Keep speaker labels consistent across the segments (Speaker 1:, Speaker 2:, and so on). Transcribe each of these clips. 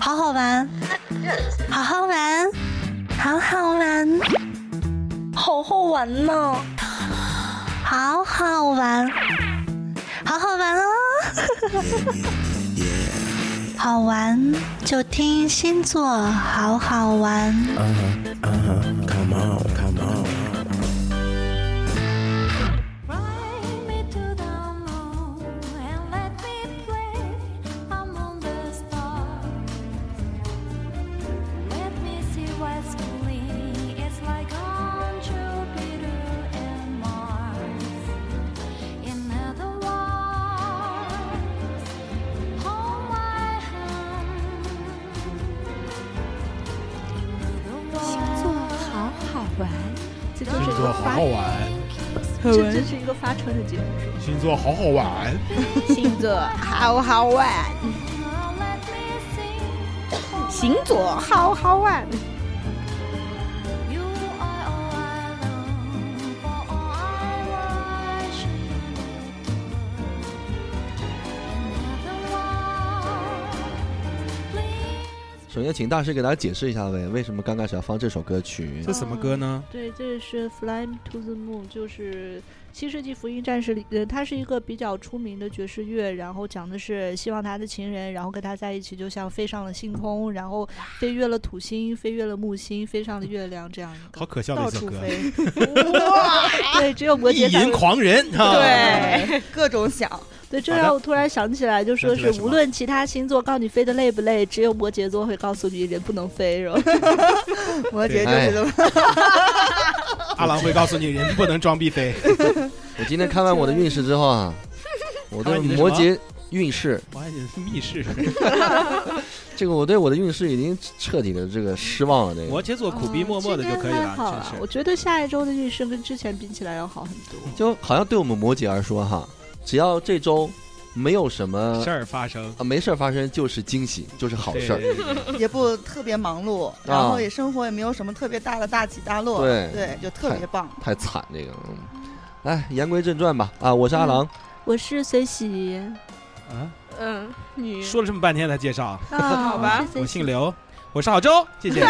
Speaker 1: 好好玩，好好玩，好好玩，
Speaker 2: 好好玩呢、
Speaker 1: 好好玩，好好玩哦！好玩就听星座，好好玩。
Speaker 3: Come on, come on.
Speaker 4: Ride me to the moon and let me play among the stars. Let me see what's clean. It's like on Jupiter and Mars. In other words, hold my hand. In other
Speaker 5: 做
Speaker 4: words,
Speaker 5: 好好玩，
Speaker 6: 这就是一个发这这
Speaker 3: 星座好好，玩，
Speaker 6: 是一个发愁的节目，
Speaker 3: 星座好好玩，
Speaker 5: 星座好好玩，
Speaker 4: now let me sing.
Speaker 5: 星座好好玩。
Speaker 4: You are all I long for, all I worship and adore. Another
Speaker 7: 首先，请大师给大家解释一下呗，为什么尴尬小芳这首歌曲哎
Speaker 6: 这什么歌呢？
Speaker 2: 对，这是《Fly Me to the Moon》，就是《新世纪福音战士》里，呃，它是一个比较出名的爵士乐，然后讲的是希望他的情人，然后跟他在一起，就像飞上了星空，然后飞越了土星，飞越了木星，飞上了月亮，这样一个
Speaker 3: 好可笑的
Speaker 2: 到
Speaker 3: 一首
Speaker 2: 处
Speaker 3: 歌。
Speaker 2: 飞。
Speaker 5: 哇，
Speaker 2: 对，只有摩
Speaker 3: 意
Speaker 2: 羯才会。
Speaker 3: 淫狂人， 啊，
Speaker 5: 对，各种想，
Speaker 2: 对，这
Speaker 3: 好的
Speaker 2: 让我突然想起来，就说
Speaker 3: 想起来
Speaker 2: 是
Speaker 3: 什
Speaker 2: 无
Speaker 3: 么
Speaker 2: 论其他星座告你飞得累不累，只有摩羯座会告诉你人不能飞，是吧？
Speaker 5: 摩羯就是这么。
Speaker 3: 阿郎会告诉你，人不能装逼飞。
Speaker 7: 我今天看完我的运势之后啊，我
Speaker 3: 看
Speaker 7: 对
Speaker 3: 完你的
Speaker 7: 摩
Speaker 3: 什么
Speaker 7: 羯运势，
Speaker 3: 我还以为是密室，
Speaker 7: 这个我对我的运势已经彻底的这个失望了。这个
Speaker 3: 摩羯座苦逼默默的就可
Speaker 2: 今
Speaker 3: 以
Speaker 2: 天还好
Speaker 3: 了，
Speaker 2: 啊
Speaker 3: 真
Speaker 2: 我
Speaker 3: 是。
Speaker 2: 觉得下一周的运势跟之前比起来要好很多。
Speaker 7: 就好像对我们摩羯来说哈，只要这周没有什么
Speaker 3: 事。儿发生，
Speaker 7: 啊，没事儿发生就是惊喜，就是好事儿。啊
Speaker 3: 对。对对对
Speaker 5: 也不特别忙碌，然后也生活也没有什么特别大的大起大落，
Speaker 7: 对
Speaker 5: 就特别棒。
Speaker 7: 太惨这个。嗯来，言归正传吧。啊，我是阿 郎，
Speaker 2: 我是随喜，
Speaker 3: 啊，
Speaker 6: 嗯，女
Speaker 3: 说了这么半天才介绍，啊
Speaker 2: 好啊
Speaker 6: 吧
Speaker 3: 我姓刘，我是郝周，谢谢。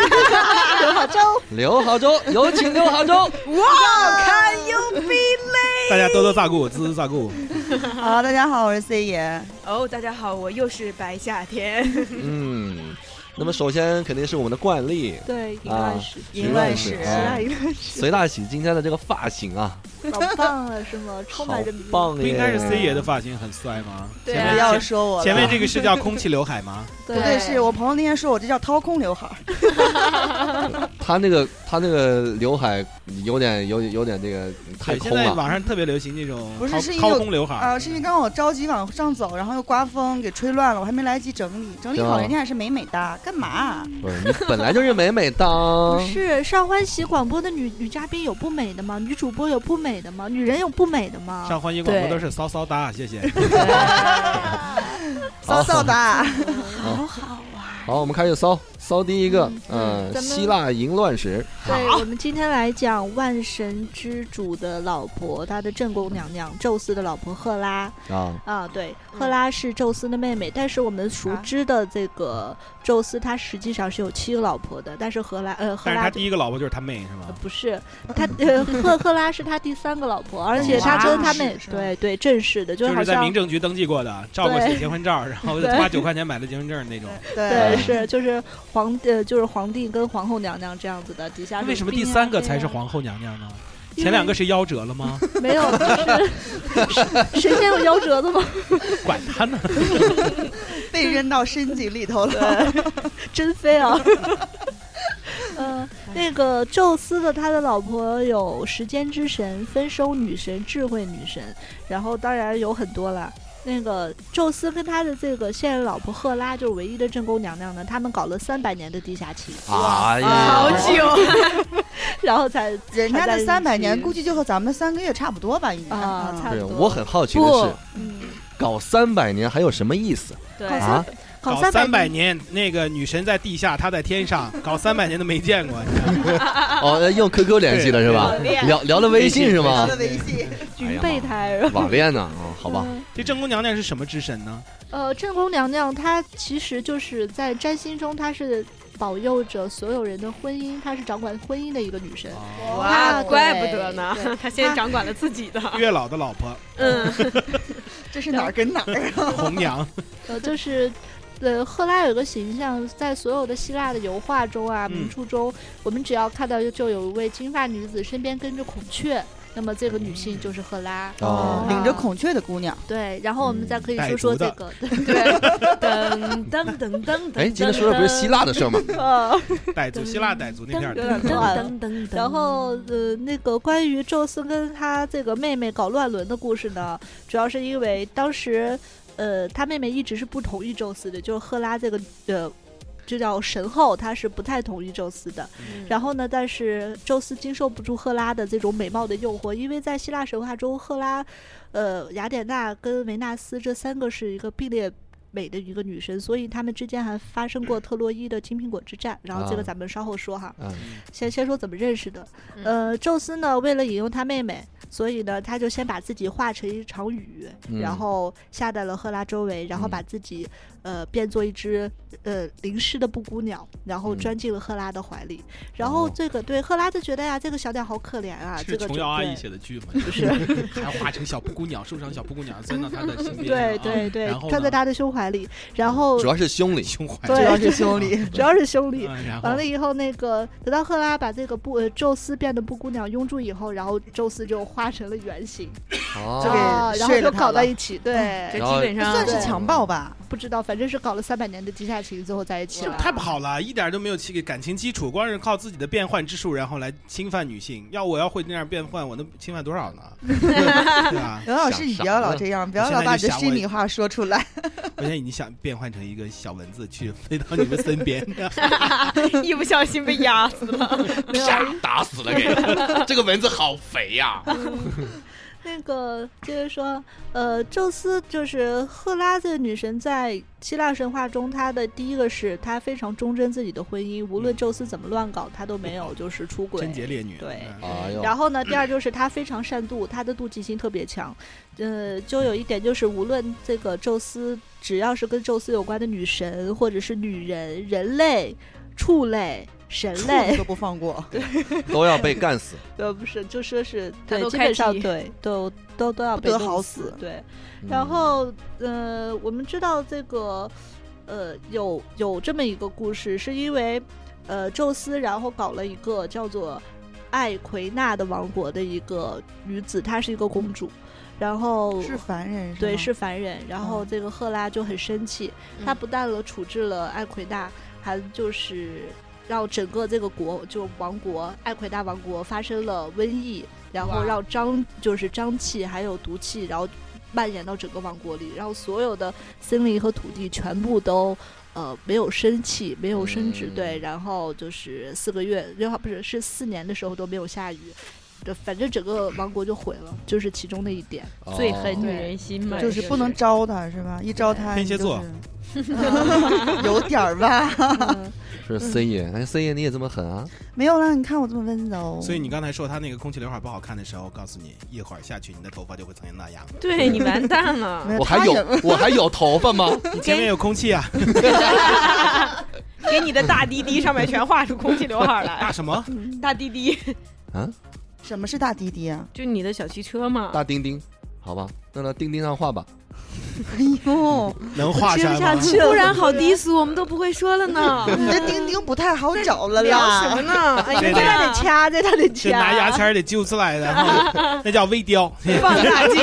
Speaker 7: 刘好洲，有请刘好洲。
Speaker 5: 哇，看又
Speaker 3: 大家多多照顾，滋滋照顾。
Speaker 5: 好，大家好，我是 C 爷，
Speaker 6: 哦，大家好，我又是白夏 天。
Speaker 7: 嗯，那么首先肯定是我们的惯例，
Speaker 2: 对，一
Speaker 7: 啊
Speaker 2: 万十，
Speaker 5: 淫
Speaker 7: 乱
Speaker 5: 乱
Speaker 7: 史
Speaker 5: 史
Speaker 7: 啊
Speaker 2: 一万
Speaker 7: 隋大喜今天的这个发型啊，
Speaker 2: 老棒了是吗？充
Speaker 7: 好
Speaker 2: 满着迷恋。
Speaker 7: 棒
Speaker 3: 不
Speaker 7: 耶！
Speaker 3: 应该是 C 爷的发型很帅吗？
Speaker 6: 对啊
Speaker 3: 前面
Speaker 5: 不要说我了
Speaker 3: 前面这个是叫空气刘海吗？
Speaker 5: 不对，是我朋友那天说我这叫掏空刘海儿，
Speaker 7: 他那个他那个刘海有点有点有点这个太
Speaker 3: 对，
Speaker 7: 空
Speaker 3: 现在
Speaker 7: 了。
Speaker 3: 网上特别流行那种
Speaker 5: 不是
Speaker 3: 掏
Speaker 5: 是一
Speaker 3: 掏
Speaker 5: 种
Speaker 3: 空刘
Speaker 5: 啊、
Speaker 3: 海，
Speaker 5: 是因为刚刚我着急往上走，然后又刮风给吹乱了，我还没来得及整理，整理
Speaker 7: 对
Speaker 5: 好
Speaker 7: 啊
Speaker 5: 人家还是美美哒，干嘛？
Speaker 3: 哦
Speaker 7: 不是你本来就是美啊美当，
Speaker 2: 不是上欢喜广播的女女嘉宾有不美的吗？女主播有不美的吗？女人有不美的吗？
Speaker 3: 上欢迎广播
Speaker 2: 对
Speaker 3: 都是骚骚哒，谢谢。
Speaker 5: 骚骚哒，
Speaker 2: 好好啊！
Speaker 7: 好，我们开始搜搜第一个，嗯，
Speaker 6: 咱们
Speaker 7: 希腊淫乱史，
Speaker 2: 对我们今天来讲万神之主的老婆，她的正宫娘娘宙斯的老婆赫拉。
Speaker 7: 啊，
Speaker 2: 啊，对，
Speaker 6: 嗯
Speaker 2: 赫拉是宙斯的妹妹，但是我们熟
Speaker 5: 啊
Speaker 2: 知的这个宙斯，他实际上是有七个老婆的，但是荷拉呃荷
Speaker 3: 但是
Speaker 2: 拉
Speaker 3: 他
Speaker 2: 就
Speaker 3: 第 一个老婆就是他妹是吗？
Speaker 2: 不是他呃赫赫拉是他第三个老婆，而且他
Speaker 5: 哇
Speaker 2: 跟他
Speaker 5: 正
Speaker 2: 妹
Speaker 5: 式是吧
Speaker 2: 对对正式的，就
Speaker 3: 就是
Speaker 2: 好
Speaker 3: 是在
Speaker 2: 像
Speaker 3: 民政局登记过的，照过写
Speaker 2: 对
Speaker 3: 结婚照，然后
Speaker 2: 对
Speaker 3: 花九块钱买的结婚证那种。
Speaker 2: 对
Speaker 7: 哎
Speaker 2: 是就是皇呃就是皇帝跟皇后娘娘这样子的，底下
Speaker 3: 那
Speaker 2: 是
Speaker 3: 为什么第
Speaker 2: 嫔啊
Speaker 3: 三个
Speaker 2: 妃
Speaker 3: 才是
Speaker 2: 啊
Speaker 3: 皇后娘娘呢？
Speaker 2: 因为
Speaker 3: 前两个是夭折了吗？
Speaker 2: 没有就是 谁先有夭折的吗？
Speaker 3: 管他呢，
Speaker 5: 被扔到深井里头了。
Speaker 2: 真飞 啊！ 嗯，那个宙斯的他的老婆有时间之神、丰收女神、智慧女神，然后当然有很多啦。那个宙斯跟他的这个现任老婆赫拉，就是唯一的正宫娘娘呢，他们搞了三百年的地下情，
Speaker 7: 哎
Speaker 6: 好
Speaker 7: 呀，
Speaker 6: 久啊，
Speaker 2: 然后才
Speaker 5: 人家的三百年
Speaker 2: 嗯
Speaker 5: 估计就和咱们的三个月差不多吧，应该。
Speaker 2: 啊
Speaker 5: 嗯
Speaker 2: 差不
Speaker 7: 对，
Speaker 2: 多。
Speaker 7: 我很好奇的是，，
Speaker 5: 不
Speaker 2: 嗯
Speaker 5: 嗯
Speaker 7: 搞三百年还有什么意思
Speaker 6: 对
Speaker 2: 搞
Speaker 5: 哎
Speaker 7: 啊？
Speaker 2: 搞
Speaker 3: 搞
Speaker 2: 三
Speaker 3: 三百
Speaker 2: 百
Speaker 3: 年，那个女神在地下，她在天 上，搞三百年都没见过，你看
Speaker 7: 哦，呃用 QQ 联系的是吧
Speaker 6: 对网？恋
Speaker 7: 聊聊的微信是
Speaker 5: 加
Speaker 7: 吗
Speaker 5: 啊了？微信，
Speaker 2: 军备胎，然后
Speaker 7: 网恋呢？哦，好吧？
Speaker 3: 这正宫娘娘是什么之神呢？
Speaker 2: 呃，正宫娘娘她其实就是在占星中，她是保佑着所有人的婚姻，她是掌管婚姻的一个女神。
Speaker 6: 哇，
Speaker 2: 啊对
Speaker 6: 怪不得呢
Speaker 2: 对，
Speaker 6: 他现在掌管了自己的，
Speaker 3: 月老的老婆
Speaker 6: 嗯，
Speaker 5: 这是哪儿跟哪儿啊？
Speaker 3: 红娘，
Speaker 2: 呃，就是。呃，赫拉有一个形象，在所有的希腊的油画中啊、名
Speaker 3: 嗯
Speaker 2: 著中，我们只要看到就有一位金发女子身边跟着孔雀，那么这个女性就是赫拉。
Speaker 7: 哦
Speaker 5: 领着孔雀的姑娘，
Speaker 2: 对，然后我们再可以
Speaker 3: 傣
Speaker 2: 说说
Speaker 3: 族
Speaker 2: 这
Speaker 3: 的
Speaker 2: 个，
Speaker 6: 对，噔噔噔噔哦
Speaker 7: 哎，今天说的不是希腊的事儿吗？
Speaker 2: 呃，
Speaker 3: 傣族希腊傣族那片儿
Speaker 2: 有
Speaker 3: 的，
Speaker 2: 点乱了。
Speaker 6: 噔
Speaker 2: 然后呃，那个关于宙斯跟他这个妹妹搞乱伦的故事呢，主要是因为当时呃，他妹妹一直是不同意宙斯的，就是赫拉这个呃。就叫神后，她是不太同意宙斯的。
Speaker 7: 嗯
Speaker 6: 嗯
Speaker 2: 然后呢，但是宙斯经受不住赫拉的这种美貌的诱惑，因为在希腊神话中，赫拉、呃雅典娜跟维纳斯这三个是一个并列美的一个女神，所以她们之间还发生过特洛伊的金苹果之战。然后这个
Speaker 7: 啊
Speaker 2: 咱们稍后说哈。
Speaker 7: 嗯，
Speaker 2: 先先说怎么认识的。呃，宙斯呢，为了引诱他妹妹，所以呢，他就先把自己化成一场雨，
Speaker 7: 嗯
Speaker 2: 然后下在了赫拉周围，然后
Speaker 7: 嗯
Speaker 2: 把自己、呃变作一只呃淋湿的布谷鸟，然后
Speaker 7: 嗯
Speaker 2: 钻进了赫拉的怀里。然后
Speaker 7: 哦
Speaker 2: 这个对赫拉就觉得呀，这个小鸟好可怜啊，这
Speaker 3: 是
Speaker 2: 个
Speaker 3: 琼
Speaker 2: 就
Speaker 3: 瑶阿
Speaker 2: 对
Speaker 3: 姨写的剧嘛？不是，还化成小布谷鸟，树上小布谷鸟钻到她的身边，
Speaker 2: 对
Speaker 3: 啊
Speaker 2: 对对
Speaker 3: 然，后
Speaker 2: 钻在
Speaker 3: 呢嗯
Speaker 2: 他的胸怀里，然后
Speaker 7: 主要是胸里，
Speaker 3: 胸怀，
Speaker 2: 对
Speaker 5: 主要是胸里。
Speaker 2: 主要是胸里，
Speaker 3: 嗯然后
Speaker 2: 完了以后，那个等到赫拉把这个布呃宙斯变的布谷鸟拥住以后，然后宙斯就化成了原形，
Speaker 5: 就给
Speaker 7: 哦，
Speaker 2: 啊，然后
Speaker 5: 睡
Speaker 2: 就
Speaker 5: 了它
Speaker 2: 搞到
Speaker 5: 了嗯
Speaker 2: 一起，对，
Speaker 6: 这
Speaker 7: 然后
Speaker 6: 基本上
Speaker 5: 算是
Speaker 2: 对
Speaker 5: 强暴吧，
Speaker 2: 不知道，反正是搞了三百年的地下情，最后在一起
Speaker 3: 这
Speaker 2: 了。
Speaker 3: 太不好了，一点都没有起给感情基础，光是靠自己的变换之术，然后来侵犯女性。要我要会那样变换，我能侵犯多少 呢？对吧？
Speaker 5: 刘老师，你
Speaker 7: 傻
Speaker 5: 不要老
Speaker 7: 了
Speaker 5: 这样，不要
Speaker 3: 现
Speaker 5: 老
Speaker 3: 在
Speaker 5: 把
Speaker 3: 就
Speaker 5: 你的
Speaker 3: 想
Speaker 5: 心
Speaker 3: 我
Speaker 5: 里话说出来。
Speaker 3: 我现在已经想变换成一个小蚊子去飞到你们身边，
Speaker 6: 一不小心被压死了，
Speaker 7: 啪打死了给，这个蚊子好肥呀！
Speaker 2: 那个就是说，呃，宙斯就是赫拉这个女神，在希腊神话中，她的第一个是她非常忠贞自己的婚姻，无论
Speaker 5: 嗯
Speaker 2: 宙斯怎么乱搞，她都没有就是出轨
Speaker 3: 贞。洁烈女。
Speaker 2: 对
Speaker 3: 嗯
Speaker 7: 哎呦，
Speaker 2: 然后呢，第二就是她非常善妒，她的妒忌心特别强。呃，就有一点就是，无论这个宙斯，只要是跟宙斯有关的女神，或者是女人、人类、畜类、神
Speaker 5: 处
Speaker 2: 类，
Speaker 5: 都不放过，
Speaker 7: 都要被干死，
Speaker 2: 呃，不是，就说是
Speaker 6: 他
Speaker 2: 对
Speaker 6: 都，
Speaker 2: 基
Speaker 6: 开
Speaker 2: 本上
Speaker 6: 辟
Speaker 2: 对，都都都要
Speaker 5: 不
Speaker 2: 被
Speaker 5: 得
Speaker 2: 弄
Speaker 5: 好
Speaker 2: 死
Speaker 5: 死。
Speaker 2: 对，
Speaker 7: 嗯
Speaker 2: 然后呃，我们知道这个呃，有有这么一个故事，是因为呃，宙斯然后搞了一个叫做艾奎纳的王国的一个女子，她是一个公主，然后
Speaker 5: 是凡人吗
Speaker 2: 对，是凡人。然后
Speaker 5: 嗯
Speaker 2: 这个赫拉就很生气，她
Speaker 6: 嗯
Speaker 2: 不但了处置了艾奎娜，还就是让整个这个国就王国艾奎娜王国发生了瘟疫，然后
Speaker 3: 哇
Speaker 2: 让瘴就是瘴气还有毒气，然后蔓延到整个王国里，然后所有的森林和土地全部都。呃，没有生气，没有生殖，
Speaker 7: 嗯
Speaker 2: 对，然后就是四个月，六号不是是四年的时候都没有下雨，这反正整个王国就毁了，就是其中的一点。
Speaker 7: 哦
Speaker 6: 最狠女人心嘛，
Speaker 5: 就是不能招他，是吧？一招他，
Speaker 3: 天蝎座
Speaker 5: 你就是 有点儿吧？
Speaker 2: 嗯
Speaker 7: 是 C 爷，哎，C 爷你也这么狠啊？
Speaker 5: 没有啦，你看我这么温柔，
Speaker 3: 所以你刚才说她那个空气刘海不好看的时候，我告诉你，一会儿下去你的头发就会成那样。
Speaker 6: 对你完蛋了
Speaker 5: 没，有
Speaker 7: 我还
Speaker 5: 他
Speaker 7: 有
Speaker 5: 也
Speaker 7: 我还有头发吗？
Speaker 3: 你前面有空气啊？
Speaker 6: 给你的大滴滴上面全画出空气刘海
Speaker 3: 大
Speaker 6: 来，
Speaker 3: 什么？
Speaker 6: 大滴滴
Speaker 7: 啊，
Speaker 5: 什么是大滴滴 啊？
Speaker 6: 就你的小汽车嘛，
Speaker 7: 大丁丁，好吧，那到丁丁上画吧。
Speaker 5: 哎呦，
Speaker 3: 能画
Speaker 2: 接
Speaker 3: 下
Speaker 2: 不
Speaker 3: 来
Speaker 2: 下
Speaker 3: 吗？
Speaker 2: 去了，
Speaker 6: 突然好低俗，我们都不会说了 呢。
Speaker 5: 你这钉钉不太好找了
Speaker 6: 聊什么
Speaker 5: 啦。
Speaker 6: 呢？哎
Speaker 3: 对
Speaker 6: 呀，
Speaker 2: 啊在
Speaker 3: 对
Speaker 2: 那里掐，在那里
Speaker 3: 这拿牙
Speaker 2: 掐。
Speaker 3: 签儿得揪出来的， 然后那叫微雕。
Speaker 6: 放大镜，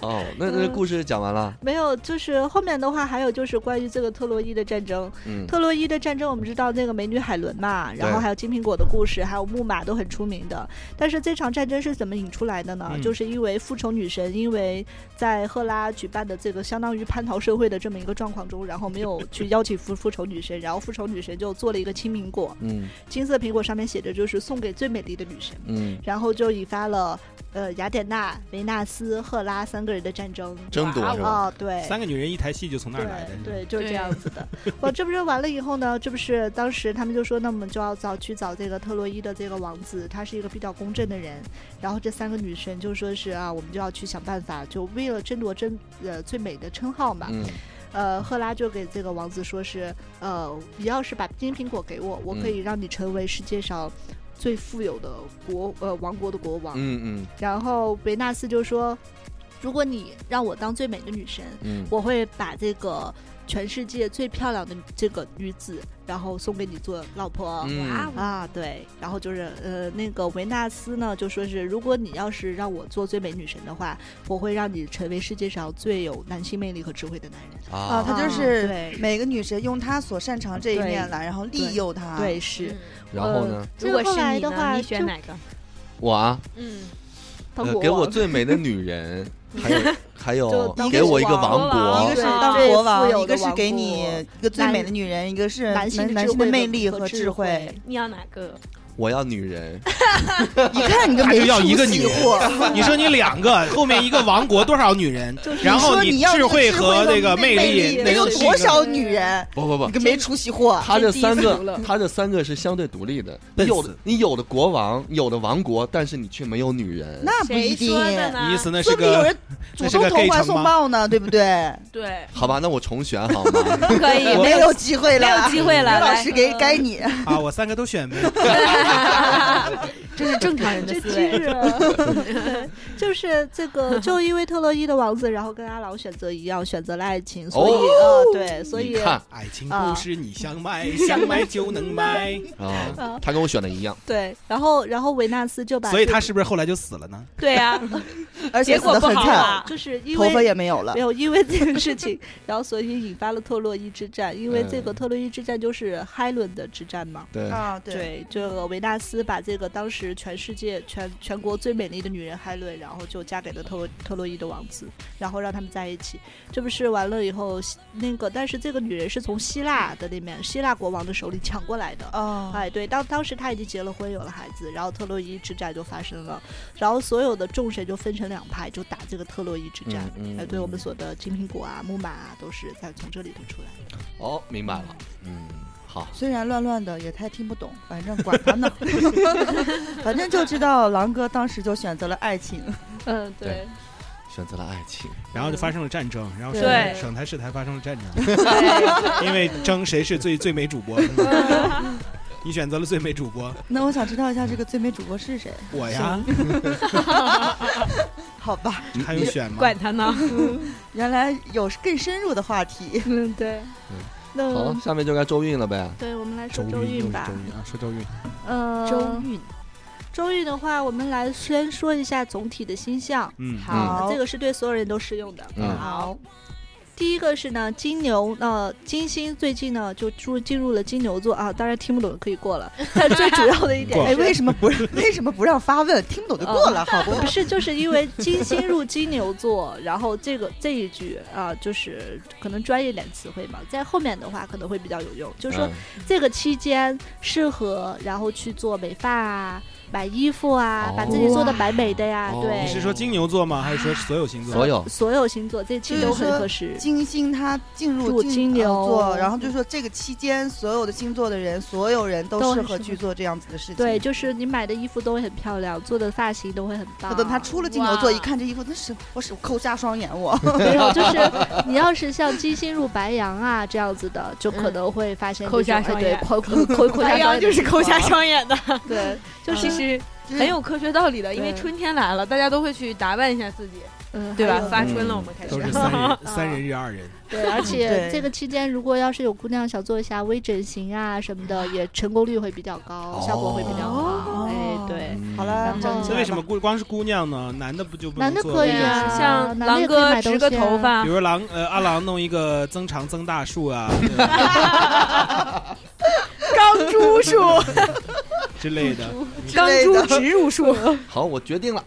Speaker 7: 哦，那那故事讲完了，
Speaker 2: 没有，就是后面的话还有就是关于这个特洛伊的战争。
Speaker 7: 嗯，
Speaker 2: 特洛伊的战争，我们知道那个美女海伦嘛，然后
Speaker 7: 对
Speaker 2: 还有金苹果的故事，还有木马都很出名的。但是这场战争是怎么引出来的呢？
Speaker 3: 嗯
Speaker 2: 就是因为复仇女神因为在赫拉举办的这个相当于蟠桃盛会的这么一个状况中，然后没有去邀请复复仇女神，然后复仇女神就做了一个青苹果，
Speaker 7: 嗯
Speaker 2: 金色苹果上面写着就是送给最美丽的女神。
Speaker 7: 嗯
Speaker 2: 然后就引发了呃雅典娜、维纳斯、赫拉三个人的战争。
Speaker 7: 争夺是吧？
Speaker 2: 哦，对，
Speaker 3: 三个女人一台戏就从那儿来的。
Speaker 2: 对对，就是这
Speaker 6: 对
Speaker 2: 样子的。我这不是完了以后呢，这不是当时他们就说，那我们就要找去找这个特洛伊的这个王子，他是一个比较公正的人。然后这三个女神就说是啊，我们就要去想办法，就为了争夺争呃最美的称号嘛。
Speaker 7: 嗯，
Speaker 2: 呃，赫拉就给这个王子说是，呃，你要是把金苹果给我，我可以让你成为世界上最富有的国呃王国的国王。
Speaker 7: 嗯嗯
Speaker 2: 然后维纳斯就说，如果你让我当最美的女神，
Speaker 7: 嗯，
Speaker 2: 我会把这个全世界最漂亮的这个女子，然后送给你做老婆。
Speaker 6: 哎
Speaker 7: 嗯，
Speaker 6: 哦
Speaker 2: 啊，对，然后就是呃，那个维纳斯呢，就说是如果你要是让我做最美女神的话，我会让你成为世界上最有男性魅力和智慧的男人。
Speaker 5: 啊，
Speaker 7: 啊，
Speaker 5: 他
Speaker 2: 啊
Speaker 5: 就是
Speaker 2: 对
Speaker 5: 每个女神用她所擅长这一
Speaker 2: 对
Speaker 5: 面来，然后利诱她。
Speaker 2: 对，，
Speaker 6: 嗯
Speaker 2: 是、呃
Speaker 7: 然后呢，
Speaker 6: 如果
Speaker 2: 嗯这个后
Speaker 6: 是
Speaker 2: 来
Speaker 6: 你
Speaker 2: 的
Speaker 6: 呢，
Speaker 2: 话
Speaker 6: 你选
Speaker 2: 就
Speaker 6: 哪个？
Speaker 7: 我啊，
Speaker 6: 嗯，
Speaker 2: 当国
Speaker 7: 呃
Speaker 2: 王。
Speaker 7: 给我最美的女人，还有还有
Speaker 2: 就当
Speaker 7: 给我一个
Speaker 2: 国
Speaker 7: 王
Speaker 6: 王
Speaker 5: 一
Speaker 7: 国
Speaker 5: 个是
Speaker 6: 对
Speaker 5: 当
Speaker 2: 最
Speaker 5: 国
Speaker 2: 富
Speaker 5: 王，
Speaker 2: 有
Speaker 5: 一
Speaker 2: 的
Speaker 5: 个是给你
Speaker 2: 王
Speaker 5: 一个最美的女人，一个是
Speaker 2: 男性的
Speaker 5: 男
Speaker 2: 智
Speaker 5: 性的
Speaker 2: 慧
Speaker 5: 魅
Speaker 2: 和
Speaker 5: 力和
Speaker 2: 智
Speaker 5: 慧。
Speaker 6: 你要哪个？
Speaker 7: 我要女人，
Speaker 5: 一看 你就
Speaker 3: 他
Speaker 5: 没
Speaker 3: 就要一个
Speaker 5: 出息
Speaker 3: 女人
Speaker 5: 过
Speaker 3: 你说你两个，后面一个王国多少女 人， 然后
Speaker 5: 说你要
Speaker 3: 智慧和
Speaker 5: 这
Speaker 3: 这个
Speaker 5: 魅
Speaker 3: 力
Speaker 5: 能
Speaker 3: 能
Speaker 5: 有
Speaker 3: 够吸引到
Speaker 5: 多 少女人？
Speaker 7: 不
Speaker 3: 啊
Speaker 7: 不不
Speaker 5: 你，个没出息货！
Speaker 7: 他这
Speaker 6: 低
Speaker 7: 三
Speaker 6: 俗
Speaker 7: 个
Speaker 6: 了，
Speaker 7: 他这三个是相对独立的。
Speaker 3: 笨
Speaker 7: 你有
Speaker 3: 死
Speaker 7: 的你有的国王，有的王国，但是你却没有女人。
Speaker 5: 那不一
Speaker 6: 谁
Speaker 5: 定
Speaker 6: 说，的呢？
Speaker 3: 意思那
Speaker 5: 说
Speaker 3: 是
Speaker 5: 不定有
Speaker 3: 个
Speaker 5: 人主
Speaker 3: 那是
Speaker 5: 动
Speaker 3: 个
Speaker 5: 投
Speaker 3: gay
Speaker 5: 怀
Speaker 3: 城
Speaker 5: 送
Speaker 3: 吗？
Speaker 5: 抱呢，对 不对？
Speaker 6: 对，
Speaker 7: 好吧，那我重选好吗？
Speaker 6: 不可以，
Speaker 7: 我
Speaker 5: 没
Speaker 6: 有
Speaker 5: 有机会了，啊
Speaker 6: 没有机会 了
Speaker 5: 刘老
Speaker 6: 来
Speaker 5: 师给
Speaker 6: 嗯
Speaker 5: 该你。
Speaker 3: 啊，我三个都选呗。
Speaker 6: 这是正常人的
Speaker 2: 这
Speaker 6: 思
Speaker 2: 真
Speaker 6: 维。
Speaker 2: 是，对就是这个，就因为特洛伊的王子，然后跟阿郎选择一样，选择了爱情，所以、
Speaker 7: 哦
Speaker 2: 呃，对，所
Speaker 7: 你
Speaker 2: 以
Speaker 7: 看
Speaker 3: 爱情
Speaker 2: 啊
Speaker 3: 不是你想 买想买就能买，
Speaker 7: 啊
Speaker 2: 啊，
Speaker 7: 他跟我选的一样，
Speaker 2: 对，然后然后维纳斯就把这个，
Speaker 3: 所以他是不是后来就死了呢？
Speaker 6: 对啊呀，
Speaker 5: 而且
Speaker 6: 结
Speaker 5: 死
Speaker 6: 果
Speaker 5: 的
Speaker 6: 不
Speaker 5: 很
Speaker 6: 好啊
Speaker 5: 惨，
Speaker 6: 吧？
Speaker 2: 就是因
Speaker 5: 头
Speaker 2: 为
Speaker 5: 发也没有了
Speaker 2: 没。有因为这个事情， 然后所以引发了特洛伊之战，因为这个
Speaker 7: 嗯
Speaker 2: 特洛伊之战就是海伦的之战嘛。
Speaker 7: 对，
Speaker 5: 啊，，
Speaker 2: 对，这个维纳斯把这个当时全世界全全国最美丽的女人海伦，然后就嫁给了特洛特洛伊的王子，然后让他们在一起。这不是完了以后，希那个但是这个女人是从希腊的那边希腊国王的手里抢过来的。
Speaker 5: 哦，
Speaker 2: 哎，对，当当时她已经结了婚，有了孩子，然后特洛伊之战就发生了，然后所有的众神就分成两派，就打这个特洛伊之战。
Speaker 7: 嗯嗯
Speaker 2: 哎，对我
Speaker 7: 嗯
Speaker 2: 们所的金苹果啊、木马啊，都是在从这里头出来的。
Speaker 7: 哦，明白了，嗯，好，
Speaker 5: 虽然乱乱的，也太听不懂，反正管他 呢，反正就知道狼哥当时就选择了爱情。
Speaker 2: 嗯，
Speaker 7: 对对。选择了爱情，
Speaker 3: 然后就发生了战争，然后省
Speaker 6: 对
Speaker 3: 省台市台发生了战争， 因为争谁是最最美主 播。你选择了最美主播，
Speaker 5: 那我想知道一下这个最美主播是谁？
Speaker 3: 我呀，
Speaker 5: 好吧，
Speaker 3: 还用选吗
Speaker 6: 管？他呢，
Speaker 5: 原来有更深入的话题。
Speaker 2: 嗯，对。那
Speaker 7: 好，下面就该周韵了呗。
Speaker 2: 对我们来说
Speaker 3: 周
Speaker 2: 运
Speaker 3: 韵
Speaker 2: 吧
Speaker 3: 周。韵啊，说周韵，
Speaker 2: 呃，
Speaker 6: 韵，
Speaker 2: 周运的话，我们来先说一下总体的星象。啊
Speaker 3: 嗯，
Speaker 5: 好，
Speaker 2: 这个是对所有人都适用的。
Speaker 7: 嗯
Speaker 5: 好，
Speaker 2: 第一个是呢，金牛，呃，金星最近呢就入进入了金牛座啊，当然听不懂可以过 了。但最主要的一 点
Speaker 3: 过
Speaker 5: 哎，
Speaker 2: 是，
Speaker 5: 为什么不 为什么不让发问？听不懂就过
Speaker 6: 哦
Speaker 5: 了，好不？
Speaker 2: 不是，就是因为金星入金牛座，然后这个这一句啊，就是可能专业点词汇嘛，在后面的话可能会比较有用。就是说
Speaker 7: 嗯
Speaker 2: 这个期间适合，然后去做美发啊、买衣服啊，
Speaker 7: 哦
Speaker 2: 把自己做的白美的呀。
Speaker 7: 哦
Speaker 2: 对，
Speaker 3: 你是说金牛座吗？还是说所有星座？
Speaker 7: 所有
Speaker 2: 所有星座这期都很合适。
Speaker 5: 金星它进入
Speaker 2: 入金牛嗯
Speaker 5: 呃座，然后就说这个期间所有的星座的人，所有人都
Speaker 2: 都
Speaker 5: 适
Speaker 2: 很
Speaker 5: 合
Speaker 2: 适
Speaker 5: 去做这样子的事情。
Speaker 2: 对，就是你买的衣服都会很漂亮，做的发型 都会很棒。
Speaker 5: 可等他出了金牛座，
Speaker 6: 哇
Speaker 5: 一看这衣服，那是我是抠瞎双眼我。
Speaker 2: 没有，就是你要是像金星入白羊啊这样子的，就可能会发
Speaker 6: 嗯
Speaker 2: 现
Speaker 6: 抠
Speaker 2: 这种
Speaker 6: 瞎
Speaker 2: 哎
Speaker 6: 双
Speaker 2: 对
Speaker 6: 眼，
Speaker 2: 抠抠抠抠瞎
Speaker 6: 白
Speaker 2: 双
Speaker 6: 羊
Speaker 2: 眼
Speaker 6: 就是抠 瞎
Speaker 2: 情
Speaker 6: 双眼的，
Speaker 2: 况，对，就
Speaker 6: 其
Speaker 2: 是
Speaker 6: 实很有科学道理的，因为
Speaker 2: 对
Speaker 6: 春天来了，大家都会去打扮一下自己，
Speaker 2: 嗯，
Speaker 6: 对吧
Speaker 2: 还有？
Speaker 6: 发春了，我们开始
Speaker 3: 都 是三 人三人日二人，
Speaker 2: 对，而且
Speaker 5: 对
Speaker 2: 这个期间，如果要是有姑娘想做一下微整形啊什么的，也成功率会比较高，
Speaker 6: 哦
Speaker 2: 效果会比较好。
Speaker 5: 哦
Speaker 2: 哎，对，
Speaker 5: 好了，
Speaker 2: 然
Speaker 5: 整
Speaker 2: 后
Speaker 5: 起
Speaker 3: 那
Speaker 5: 来
Speaker 3: 为什么
Speaker 5: 吧？
Speaker 3: 不光是姑娘呢？男的不就不
Speaker 2: 嗯
Speaker 3: 能
Speaker 2: 男的
Speaker 3: 做
Speaker 2: 可以
Speaker 3: 这个
Speaker 2: 啊
Speaker 3: 事情
Speaker 6: 像
Speaker 2: 男的
Speaker 6: 狼
Speaker 2: 也可以
Speaker 6: 哥
Speaker 2: 买
Speaker 6: 植个
Speaker 2: 东西啊
Speaker 6: 头发
Speaker 3: 比，如狼呃阿郎弄一个增长增大术啊对
Speaker 6: 钢珠术，
Speaker 3: 之 类的，
Speaker 6: 钢珠植 入术，
Speaker 7: 嗯好，我决定了，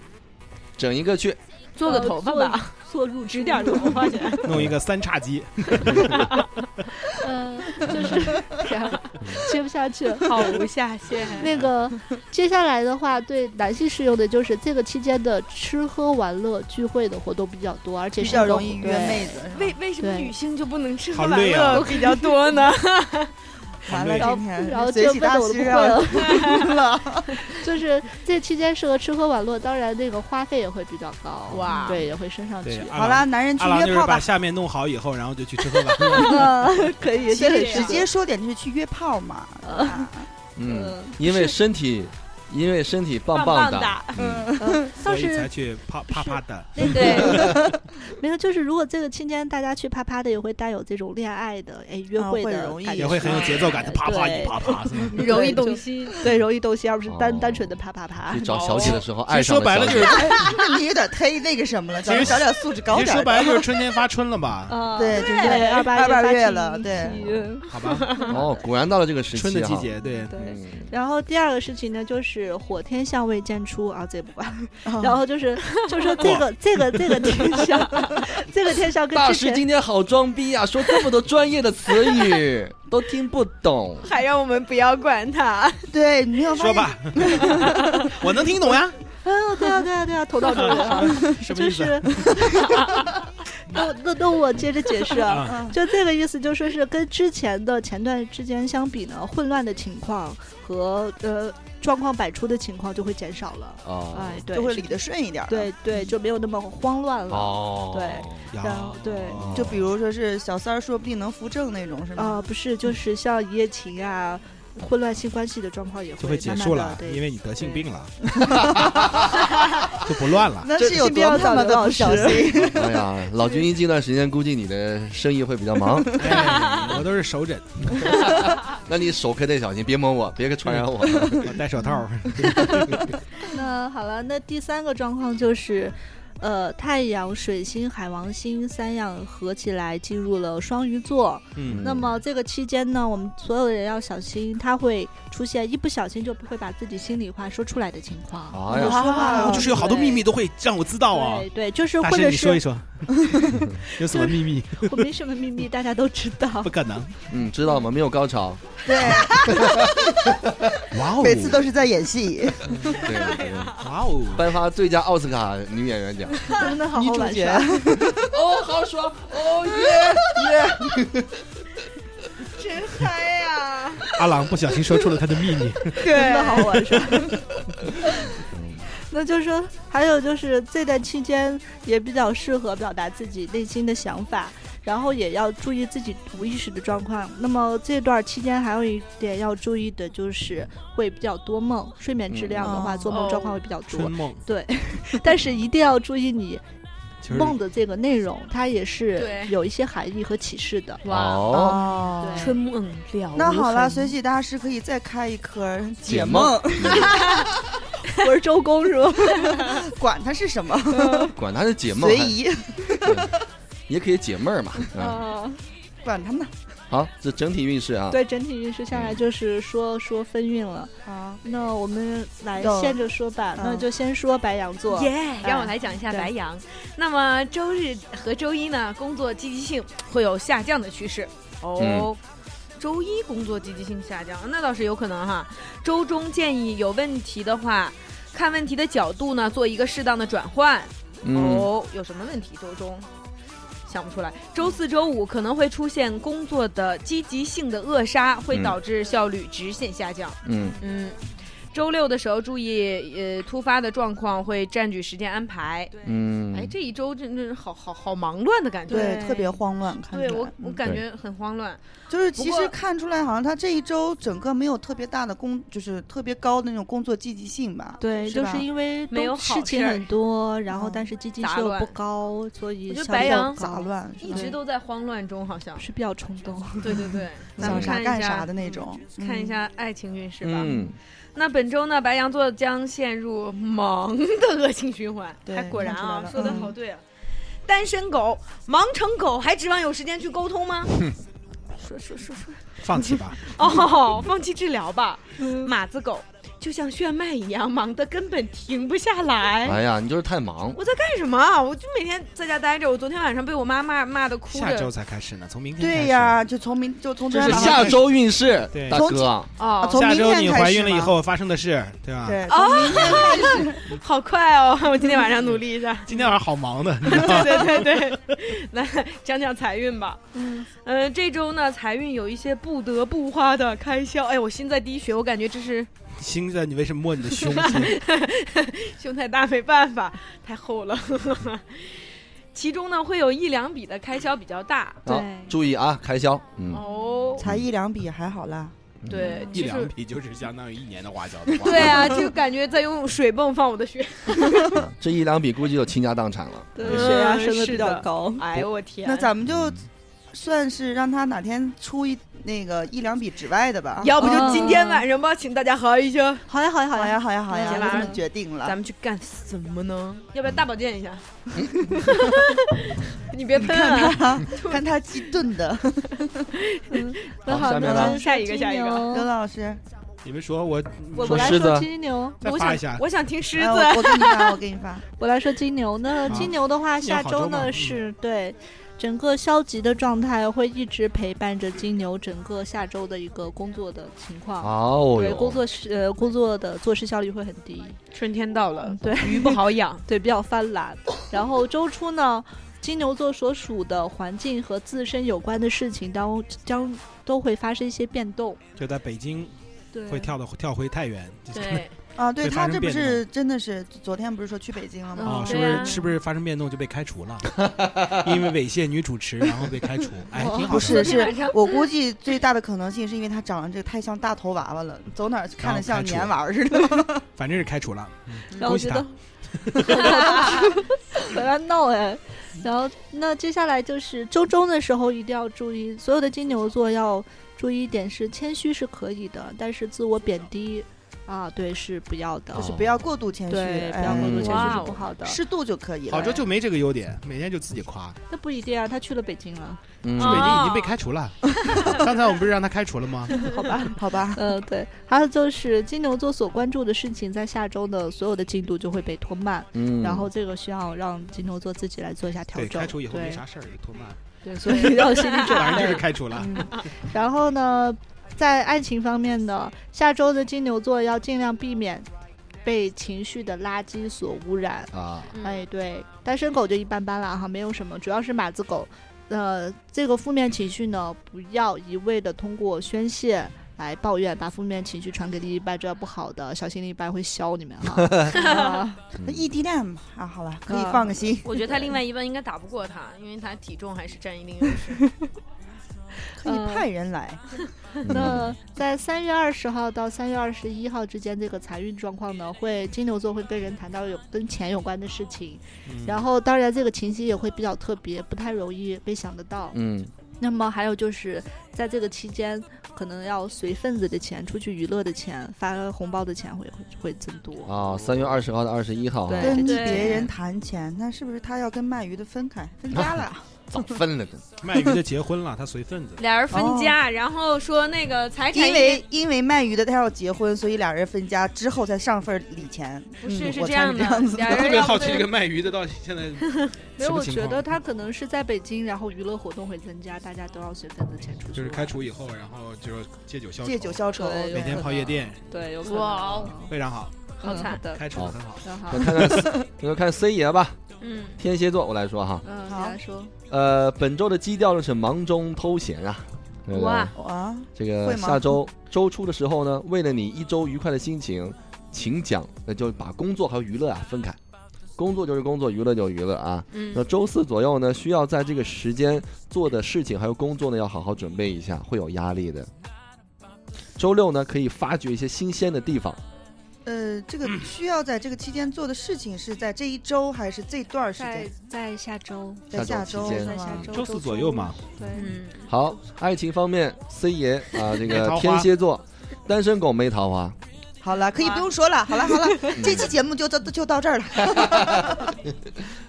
Speaker 7: 整一个去，
Speaker 6: 做个头发吧，
Speaker 2: 做入
Speaker 6: 植点头发去。
Speaker 3: 弄一个三叉戟，
Speaker 2: 嗯，就是这样。接不下去了。
Speaker 6: 好无下限。
Speaker 2: 那 个，接下来的话，对男性适用的就是这个期间的吃喝玩乐聚会的活动比较多，而且
Speaker 5: 比
Speaker 2: 是
Speaker 5: 较
Speaker 2: 那种
Speaker 5: 容易约
Speaker 2: 对
Speaker 5: 妹子， 是吧
Speaker 6: 为为什么
Speaker 2: 对
Speaker 6: 女性就不能吃喝
Speaker 3: 好
Speaker 6: 玩
Speaker 3: 累啊
Speaker 6: 乐比较多呢？
Speaker 5: 完
Speaker 3: 对
Speaker 5: 了
Speaker 2: 然后
Speaker 5: 今天
Speaker 2: 然后
Speaker 5: 随
Speaker 2: 这
Speaker 5: 喜
Speaker 2: 辈子
Speaker 5: 大
Speaker 2: 我都不
Speaker 5: 师
Speaker 2: 会
Speaker 5: 啊，
Speaker 2: 了， 就是这期间适合吃喝玩乐，当然那个花费也会比较高，
Speaker 6: 哇
Speaker 2: 对，也会升上
Speaker 3: 对
Speaker 2: 去，。
Speaker 3: 阿
Speaker 5: 好啦，
Speaker 3: 郎，
Speaker 5: 男人去
Speaker 3: 阿郎就
Speaker 5: 约
Speaker 3: 是
Speaker 5: 炮
Speaker 3: 把
Speaker 5: 吧。
Speaker 3: 下面弄好以后，然后就去吃喝玩 乐。
Speaker 5: 啊
Speaker 2: 可以
Speaker 5: 其
Speaker 2: 这
Speaker 5: 实
Speaker 2: 个
Speaker 6: 这
Speaker 5: 直
Speaker 6: 样
Speaker 5: 接说点就是去约炮嘛，啊
Speaker 7: 嗯，因为身体，因为身体棒
Speaker 6: 棒
Speaker 7: 的，
Speaker 6: 的，
Speaker 7: 嗯，
Speaker 3: 所
Speaker 2: 倒
Speaker 3: 以才
Speaker 2: 是
Speaker 3: 去啪啪啪的。
Speaker 2: 那个
Speaker 6: 对，
Speaker 2: 没有，就是如果这个期间大家去啪啪的，也会带有这种恋爱的哎约
Speaker 5: 啊
Speaker 2: 会
Speaker 5: 会
Speaker 2: 的
Speaker 5: 容易嗯
Speaker 2: 感觉，
Speaker 3: 也会很有节奏感，
Speaker 2: 对
Speaker 3: 它啪啪
Speaker 2: 对
Speaker 3: 一啪啪。是吗
Speaker 6: 容易动心。
Speaker 2: 对，容易动心，而不是单
Speaker 7: 哦
Speaker 2: 单纯的啪啪啪
Speaker 7: 去。找小姐的时候爱
Speaker 3: 其实说
Speaker 7: 上
Speaker 3: 白了
Speaker 7: 小
Speaker 3: 就
Speaker 7: 姐
Speaker 3: 是，
Speaker 5: 那 你有点忒那个什么了，
Speaker 3: 其
Speaker 5: 咱们
Speaker 3: 实
Speaker 5: 找点素质高
Speaker 3: 其实
Speaker 5: 点
Speaker 3: 说
Speaker 5: 儿的。
Speaker 3: 白了就是春天发春了吧？
Speaker 2: 啊
Speaker 5: 对，就是
Speaker 2: 对，二八
Speaker 5: 二八
Speaker 2: 月
Speaker 5: 月
Speaker 2: 发
Speaker 5: 了，
Speaker 2: 情
Speaker 5: 对，
Speaker 2: 期
Speaker 3: 好吧，
Speaker 7: 哦，果然到了这个时期，
Speaker 3: 春的季，节，对，
Speaker 2: 对。
Speaker 7: 嗯，
Speaker 2: 然后第二个事情呢，就是火天相位渐出啊，这不管。
Speaker 5: 嗯
Speaker 2: 然后就是，就说这个这个这个天象，这个天象跟
Speaker 7: 大
Speaker 2: 之
Speaker 7: 师
Speaker 2: 前
Speaker 7: 今天好装逼啊，说这么多专业的词语 都听不懂。
Speaker 6: 还让我们不要管他，
Speaker 5: 对，你没有发
Speaker 3: 说
Speaker 5: 现
Speaker 3: 吧，我能听懂呀。
Speaker 2: 啊，对啊对啊对啊，头脑中人啊，
Speaker 3: 什么
Speaker 2: 就
Speaker 3: 意思？
Speaker 2: 是，那我那那我接着解释啊。
Speaker 3: 啊，
Speaker 2: 就这个意思，就说是跟之前的前段之间相比呢，混乱的情况和呃状况百出的情况就会减少了。
Speaker 7: 哦
Speaker 2: 哎，对，
Speaker 5: 就会
Speaker 2: 是
Speaker 5: 理得嗯顺一点。，
Speaker 2: 对对，就没有那么慌乱了。
Speaker 7: 哦，
Speaker 2: 对
Speaker 3: 呀
Speaker 2: 然后对
Speaker 3: 哦
Speaker 5: 就比如说是小三儿，说不定能扶正那种，是
Speaker 2: 啊、
Speaker 5: 吗？
Speaker 2: 不是，就是像一夜情啊，混乱性关系的状况也
Speaker 3: 就
Speaker 2: 会
Speaker 3: 会结束
Speaker 2: 慢
Speaker 3: 了
Speaker 2: 慢，地对
Speaker 3: 因为你得性 病了，就不乱了。
Speaker 5: 那是有多他妈的不 小心，
Speaker 7: 哎呀，老君一这段时间估计你的生意会比 较忙，
Speaker 3: 哎我都是手诊，
Speaker 7: 那你手可得小心，别摸我，别传染我。
Speaker 3: 我戴手套。
Speaker 2: 那好了，那第三个状况就是，呃，太阳、水星、海王星三样合起来进入了双鱼座。
Speaker 3: 嗯，
Speaker 2: 那么这个期间呢，我们所有的人要小心，它会出现一不小心就会把自己心里话说出来的情况。
Speaker 7: 哎呀，
Speaker 5: 哇
Speaker 3: 哦就是有好多秘密都会让我知道啊。
Speaker 2: 对对，就是
Speaker 3: 大
Speaker 2: 或
Speaker 3: 师，
Speaker 2: 者
Speaker 3: 你说一
Speaker 2: 是
Speaker 3: 说，有什么秘密？
Speaker 2: 我没什么秘密，大家都知道
Speaker 3: 不。可能。
Speaker 7: 嗯，知道吗？没有高潮。
Speaker 5: 对，
Speaker 3: 哇哦
Speaker 5: 每次都是在演戏，
Speaker 7: 对对对，
Speaker 3: 哇哦，
Speaker 7: 颁发最佳奥斯卡女演员奖。
Speaker 2: 真的好好玩耍。
Speaker 7: 哦，好爽！哦耶
Speaker 5: 真嗨呀！
Speaker 3: 阿郎不小心说出了他的秘密。
Speaker 2: 真的好玩耍。 那就是说，还有就是这段期间也比较适合表达自己内心的想法，然后也要注意自己无意识的状况。那么这段期间还有一点要注意的就是会比较多梦，睡眠质量的话，
Speaker 5: 嗯
Speaker 2: 做梦状况会比较
Speaker 3: 春
Speaker 2: 多。
Speaker 3: 梦
Speaker 2: 对，但是一定要注意你
Speaker 3: 就是
Speaker 2: 梦的这个内容，它也是
Speaker 6: 对
Speaker 2: 有一些含义和启示的。
Speaker 7: 耶！
Speaker 6: 哇，
Speaker 7: 哦，
Speaker 5: 哦
Speaker 2: 对
Speaker 6: 春梦了无痕。
Speaker 5: 那好了，随喜大师可以再开一科
Speaker 7: 解
Speaker 5: 梦
Speaker 7: 梦，嗯
Speaker 2: 我是周公是吧？
Speaker 5: 管它是什么，
Speaker 7: 管他是解梦
Speaker 5: 随，意，
Speaker 7: 也可以解闷儿嘛。啊，
Speaker 2: 啊。
Speaker 5: 管他呢。
Speaker 7: 好，这整体运势啊。
Speaker 2: 对，整体运势下来就是说说分运了。
Speaker 5: 啊，
Speaker 2: 那我们来
Speaker 5: 要
Speaker 2: 现着说吧，那
Speaker 5: 嗯
Speaker 2: 就先说白羊座。
Speaker 6: 耶
Speaker 2: 哎
Speaker 6: 让我来讲一下
Speaker 2: 对
Speaker 6: 白羊。那么周日和周一呢，工作积极性会有下降的趋势。
Speaker 7: 嗯
Speaker 6: 哦，周一工作积极性下降，那倒是有可能哈。周中建议有问题的话，看问题的角度呢，做一个适当的转换。
Speaker 7: 嗯，
Speaker 6: 哦，有什么问题？周中想不出来。周四周五可能会出现工作的积极性的扼杀，会
Speaker 7: 嗯
Speaker 6: 导致效率直线下降。
Speaker 7: 嗯
Speaker 6: 嗯，周六的时候注意，呃，突发的状况会占据时间安排。
Speaker 7: 嗯，
Speaker 6: 哎，这一周真真是好好好忙乱的感觉。
Speaker 5: 对，
Speaker 2: 对
Speaker 5: 特别慌乱，看
Speaker 6: 对
Speaker 5: 起来
Speaker 6: 我，我
Speaker 5: 嗯
Speaker 6: 感觉很慌乱。
Speaker 5: 就是
Speaker 6: 不
Speaker 5: 其
Speaker 6: 过
Speaker 5: 实看出来，好像他这一周整个没有特别大的工，就是特别高的那种工作积极性吧。
Speaker 2: 对，
Speaker 5: 是
Speaker 2: 就
Speaker 5: 吧
Speaker 2: 是因为
Speaker 6: 没
Speaker 2: 都
Speaker 6: 有好
Speaker 2: 事情
Speaker 6: 事儿
Speaker 2: 很多，然后
Speaker 5: 嗯
Speaker 2: 但是积极
Speaker 6: 杂
Speaker 2: 性又
Speaker 6: 乱
Speaker 2: 不高，所以
Speaker 6: 我觉得
Speaker 2: 效
Speaker 6: 白
Speaker 2: 率又
Speaker 6: 羊
Speaker 2: 高
Speaker 5: 杂乱，是
Speaker 6: 一
Speaker 5: 吧
Speaker 6: 直都在慌乱中，好像。
Speaker 2: 是比较冲动。
Speaker 6: 嗯 对对对，咱
Speaker 5: 想
Speaker 6: 们
Speaker 5: 啥
Speaker 6: 看一
Speaker 5: 干
Speaker 6: 下嗯
Speaker 5: 啥的那种。嗯
Speaker 6: 看一下爱情运势吧。
Speaker 7: 嗯，
Speaker 6: 那本周呢，白羊座将陷入忙的恶性循环。
Speaker 5: 对
Speaker 6: 还果然啊
Speaker 5: 看，出
Speaker 6: 说
Speaker 5: 来了嗯
Speaker 6: 的好对啊。单身狗忙成狗，还指望有时间去沟通吗？说说说说
Speaker 3: 放弃吧，
Speaker 6: 哦，放弃治疗吧。马子狗就像炫迈一样，忙得根本停不下来。
Speaker 7: 哎呀，你就是太忙，
Speaker 6: 我在干什么啊？我就每天在家待着。我昨天晚上被我妈骂骂的哭
Speaker 3: 下周
Speaker 6: 着。
Speaker 3: 才开始呢，从明天开始
Speaker 5: 对呀，就从明就从昨
Speaker 3: 这
Speaker 5: 天
Speaker 7: 是
Speaker 5: 晚
Speaker 7: 下
Speaker 5: 上
Speaker 7: 周运势
Speaker 3: 对，
Speaker 7: 大哥，
Speaker 5: 啊
Speaker 6: 哦，
Speaker 5: 从
Speaker 3: 下
Speaker 5: 明
Speaker 3: 周
Speaker 5: 天
Speaker 3: 你
Speaker 5: 开
Speaker 3: 怀
Speaker 5: 始
Speaker 3: 孕了以
Speaker 5: 吗，
Speaker 3: 后发生的事，对吧？
Speaker 5: 对，
Speaker 6: 啊，好快哦！ 我今天晚上努力一下。
Speaker 3: 今天晚上好忙的，
Speaker 6: 对对对对，来讲讲财运吧。嗯，呃，这周呢，财运有一些不得不花的开销。哎，我心在滴血，我感觉这是
Speaker 3: 星子，你为什么摸你的 胸肌？
Speaker 6: 胸太大，没办法，太厚了。 其中呢，会有一两笔的开销比较大。
Speaker 7: 啊，注意啊，开销，嗯，
Speaker 6: 哦，
Speaker 5: 才一两笔还好啦。
Speaker 6: 对，
Speaker 3: 嗯一
Speaker 6: 就
Speaker 3: 两
Speaker 6: 是。
Speaker 3: 笔就是相当于一年的花销的话，
Speaker 6: 对啊，就感觉在用水泵放我的血。
Speaker 7: 啊这一两笔估计有倾家荡产了，
Speaker 2: 对血压
Speaker 6: 嗯
Speaker 2: 升的
Speaker 6: 是
Speaker 2: 比较 高。
Speaker 6: 哎呦我天！
Speaker 5: 那咱们就算是让他哪天出一那个一两笔之外的吧。
Speaker 6: 要不就今
Speaker 3: 哦
Speaker 6: 天晚上吧，请大家喝一下。
Speaker 2: 好呀，好呀，好
Speaker 5: 好
Speaker 2: 呀，
Speaker 5: 呀好呀好呀，
Speaker 6: 今天
Speaker 5: 就这
Speaker 6: 晚上
Speaker 5: 么决定
Speaker 6: 咱
Speaker 5: 了。
Speaker 6: 们去干什么呢？要不要大保健一下？ 你别喷啊！
Speaker 5: 看他激动的，
Speaker 2: 那
Speaker 7: 好下面
Speaker 2: 那
Speaker 7: 来
Speaker 6: 下一个下一个
Speaker 5: 刘
Speaker 2: 个，
Speaker 5: 老师，
Speaker 3: 你们说我
Speaker 2: 我
Speaker 7: 说
Speaker 2: 我来
Speaker 7: 狮
Speaker 2: 说
Speaker 7: 子
Speaker 2: 金牛，
Speaker 3: 再
Speaker 6: 我
Speaker 3: 发
Speaker 6: 想
Speaker 3: 一下，
Speaker 6: 我想听狮
Speaker 5: 哎
Speaker 6: 子。
Speaker 5: 我我给你发，我给你发。
Speaker 2: 我来说金牛，
Speaker 7: 啊
Speaker 2: 那金牛的话，
Speaker 3: 今年
Speaker 2: 下
Speaker 3: 好
Speaker 2: 周
Speaker 3: 周嘛
Speaker 2: 呢
Speaker 3: 嗯
Speaker 2: 是对整个消极的状态会一直陪伴着金牛整个下周的一个工作的情况。
Speaker 7: 哦
Speaker 2: 对，
Speaker 7: 哟，
Speaker 2: 工作是呃工作的做事效率会很低，
Speaker 6: 春天到了
Speaker 2: 嗯，对
Speaker 6: 鱼不好 养。
Speaker 2: 对比较犯懒。然后周初呢，金牛座所属的环境和自身有关的事情当将都会发生一些变动。
Speaker 3: 就在北京
Speaker 2: 对，
Speaker 3: 会跳到跳回太原，就是
Speaker 6: 对，
Speaker 5: 啊，对
Speaker 3: 会
Speaker 5: 他
Speaker 3: 发生
Speaker 5: 这不
Speaker 3: 变
Speaker 5: 是真的是昨天不是说去北京了吗？
Speaker 3: 哦，
Speaker 6: 嗯
Speaker 3: 是不
Speaker 6: 对啊
Speaker 3: 是是不是发生变动就被开除了？因为猥亵女主持，然后被开除，哎，挺好
Speaker 5: 不是，
Speaker 3: 的。
Speaker 5: 是 我估计最大的可能性是因为他长得这个太像大头娃娃了，走哪儿看着像粘娃儿似
Speaker 3: 哦
Speaker 5: 的。
Speaker 3: 反正是开除了，
Speaker 2: 然后
Speaker 3: 恭
Speaker 2: 我
Speaker 3: 喜
Speaker 2: 觉
Speaker 3: 他
Speaker 2: 得 本来闹哎，然后那接下来就是周中的时候一定要注意，所有的金牛座要注意一点是谦虚是可以的，但是自我贬低啊，对是不要的，哦
Speaker 5: 就是不要过度谦虚，
Speaker 2: 对不
Speaker 5: 哎
Speaker 2: 要过度谦虚
Speaker 6: 哇
Speaker 2: 是
Speaker 6: 哦
Speaker 2: 不好的。
Speaker 5: 适度就可以了。
Speaker 3: 好州就没这个优点，每天就自己夸。
Speaker 2: 那不一定啊，他去了北京了，
Speaker 7: 嗯
Speaker 3: 北
Speaker 6: 啊
Speaker 3: 京已经被开除了，刚才我们不是让他开除了吗？
Speaker 2: 好吧？
Speaker 5: 好 吧，
Speaker 2: 呃，对，还有就是金牛座所关注的事情，在下周的所有的进度就会被拖慢，
Speaker 7: 嗯
Speaker 2: 然后这个需要让金牛座自己来做一下调
Speaker 3: 对，
Speaker 2: 整。
Speaker 3: 开除以后
Speaker 2: 对
Speaker 3: 没啥事儿，就拖慢，
Speaker 2: 对，所以要有心理准 备。
Speaker 3: 反正就是开除了。
Speaker 2: 嗯，然后呢，在爱情方面呢，下周的金牛座要尽量避免被情绪的垃圾所污染。
Speaker 7: 啊，
Speaker 6: 嗯
Speaker 2: 哎，对，单身狗就一般般了哈，没有什么，主要是马子狗。呃，这个负面情绪呢，不要一味的通过宣泄来抱怨，把负面情绪传给另一半，这不好的，小心另一半会削你们哈。啊
Speaker 7: 嗯
Speaker 5: 那异地恋啊，好了，可以放个心，
Speaker 6: 我觉得他另外一半应该打不过他，因为他体重还是占一 定优势。
Speaker 5: 可以派人来。
Speaker 7: 嗯
Speaker 2: 那在三月二十号到三月二十一号之间，这个财运状况呢，会金牛座会跟人谈到有跟钱有关的事情，
Speaker 3: 嗯
Speaker 2: 然后当然这个情形也会比较特别，不太容易被想得到。
Speaker 7: 嗯，
Speaker 2: 那么还有就是在这个期间，可能要随份子的钱、出去娱乐的钱、发红包的钱会会会增多。
Speaker 7: 啊，三月二十号到二十一号啊，
Speaker 2: 对
Speaker 5: 跟
Speaker 6: 对
Speaker 5: 别人谈钱，那是不是他要跟卖鱼的分开分家了？
Speaker 7: 早分了，真的
Speaker 3: 卖鱼的结婚了，他随份子。
Speaker 6: 俩人分家，然后说那个财产
Speaker 5: 因
Speaker 6: 应该
Speaker 5: 为因为卖鱼的他要结婚，所以俩人分家之后才上份礼钱。
Speaker 6: 不是
Speaker 5: 嗯
Speaker 6: 是
Speaker 5: 我
Speaker 6: 这
Speaker 5: 猜
Speaker 6: 样
Speaker 5: 是
Speaker 6: 的
Speaker 5: 样子，
Speaker 6: 俩
Speaker 3: 特
Speaker 6: 人
Speaker 3: 别
Speaker 6: 要
Speaker 3: 好
Speaker 6: 不嗯
Speaker 3: 奇这
Speaker 6: 就
Speaker 3: 个卖鱼的到底现在
Speaker 2: 没
Speaker 3: 什
Speaker 2: 有，
Speaker 3: 么
Speaker 2: 我
Speaker 3: 情
Speaker 2: 觉
Speaker 3: 况
Speaker 2: 得他可能是在北京，然后娱乐活动会增加，大家都要随份子钱出去。
Speaker 3: 就是开。除以后，然后就借酒消
Speaker 5: 借酒消愁，
Speaker 2: 对有
Speaker 3: 每天泡夜店，
Speaker 2: 对，有可能。
Speaker 6: 哇哦
Speaker 3: 非常好，
Speaker 6: 嗯好惨
Speaker 2: 的。
Speaker 3: 开除的很好。
Speaker 2: 然后
Speaker 7: 我，看看，我看 C 爷吧，
Speaker 6: 嗯
Speaker 7: 天蝎座，我来说哈，
Speaker 2: 嗯，你
Speaker 5: 好
Speaker 2: 来说。
Speaker 7: 呃，本周的基调呢是忙中偷闲啊，这
Speaker 6: 哇
Speaker 7: 个
Speaker 5: 啊，
Speaker 7: 这
Speaker 5: 会
Speaker 7: 个
Speaker 5: 吗
Speaker 7: 下周周初的时候呢，为了你一周愉快的心情，请讲，那就把工作和娱乐啊分开，工作就是工作，娱乐就是娱乐啊。那
Speaker 6: 嗯，
Speaker 7: 周四左右呢，需要在这个时间做的事情还有工作呢，要好好准备一下，会有压力的。周六呢，可以发掘一些新鲜的地方，
Speaker 5: 呃，这 个需要在这个期间做的事情是在这一周还是这段时
Speaker 2: 在
Speaker 5: 间？
Speaker 2: 在下周，
Speaker 5: 在
Speaker 7: 下周期
Speaker 5: 周
Speaker 7: 间
Speaker 5: 是
Speaker 2: 在下
Speaker 5: 吗？
Speaker 2: 周
Speaker 3: 嗯周四左右嘛。
Speaker 2: 对，
Speaker 6: 嗯，
Speaker 7: 好，爱情方面，C 爷啊，这
Speaker 3: 没
Speaker 7: 个
Speaker 3: 桃花
Speaker 7: 天蝎座，单身狗没桃花，
Speaker 5: 好了，可以不用说了。好了好了，这期节目就到就到这儿了。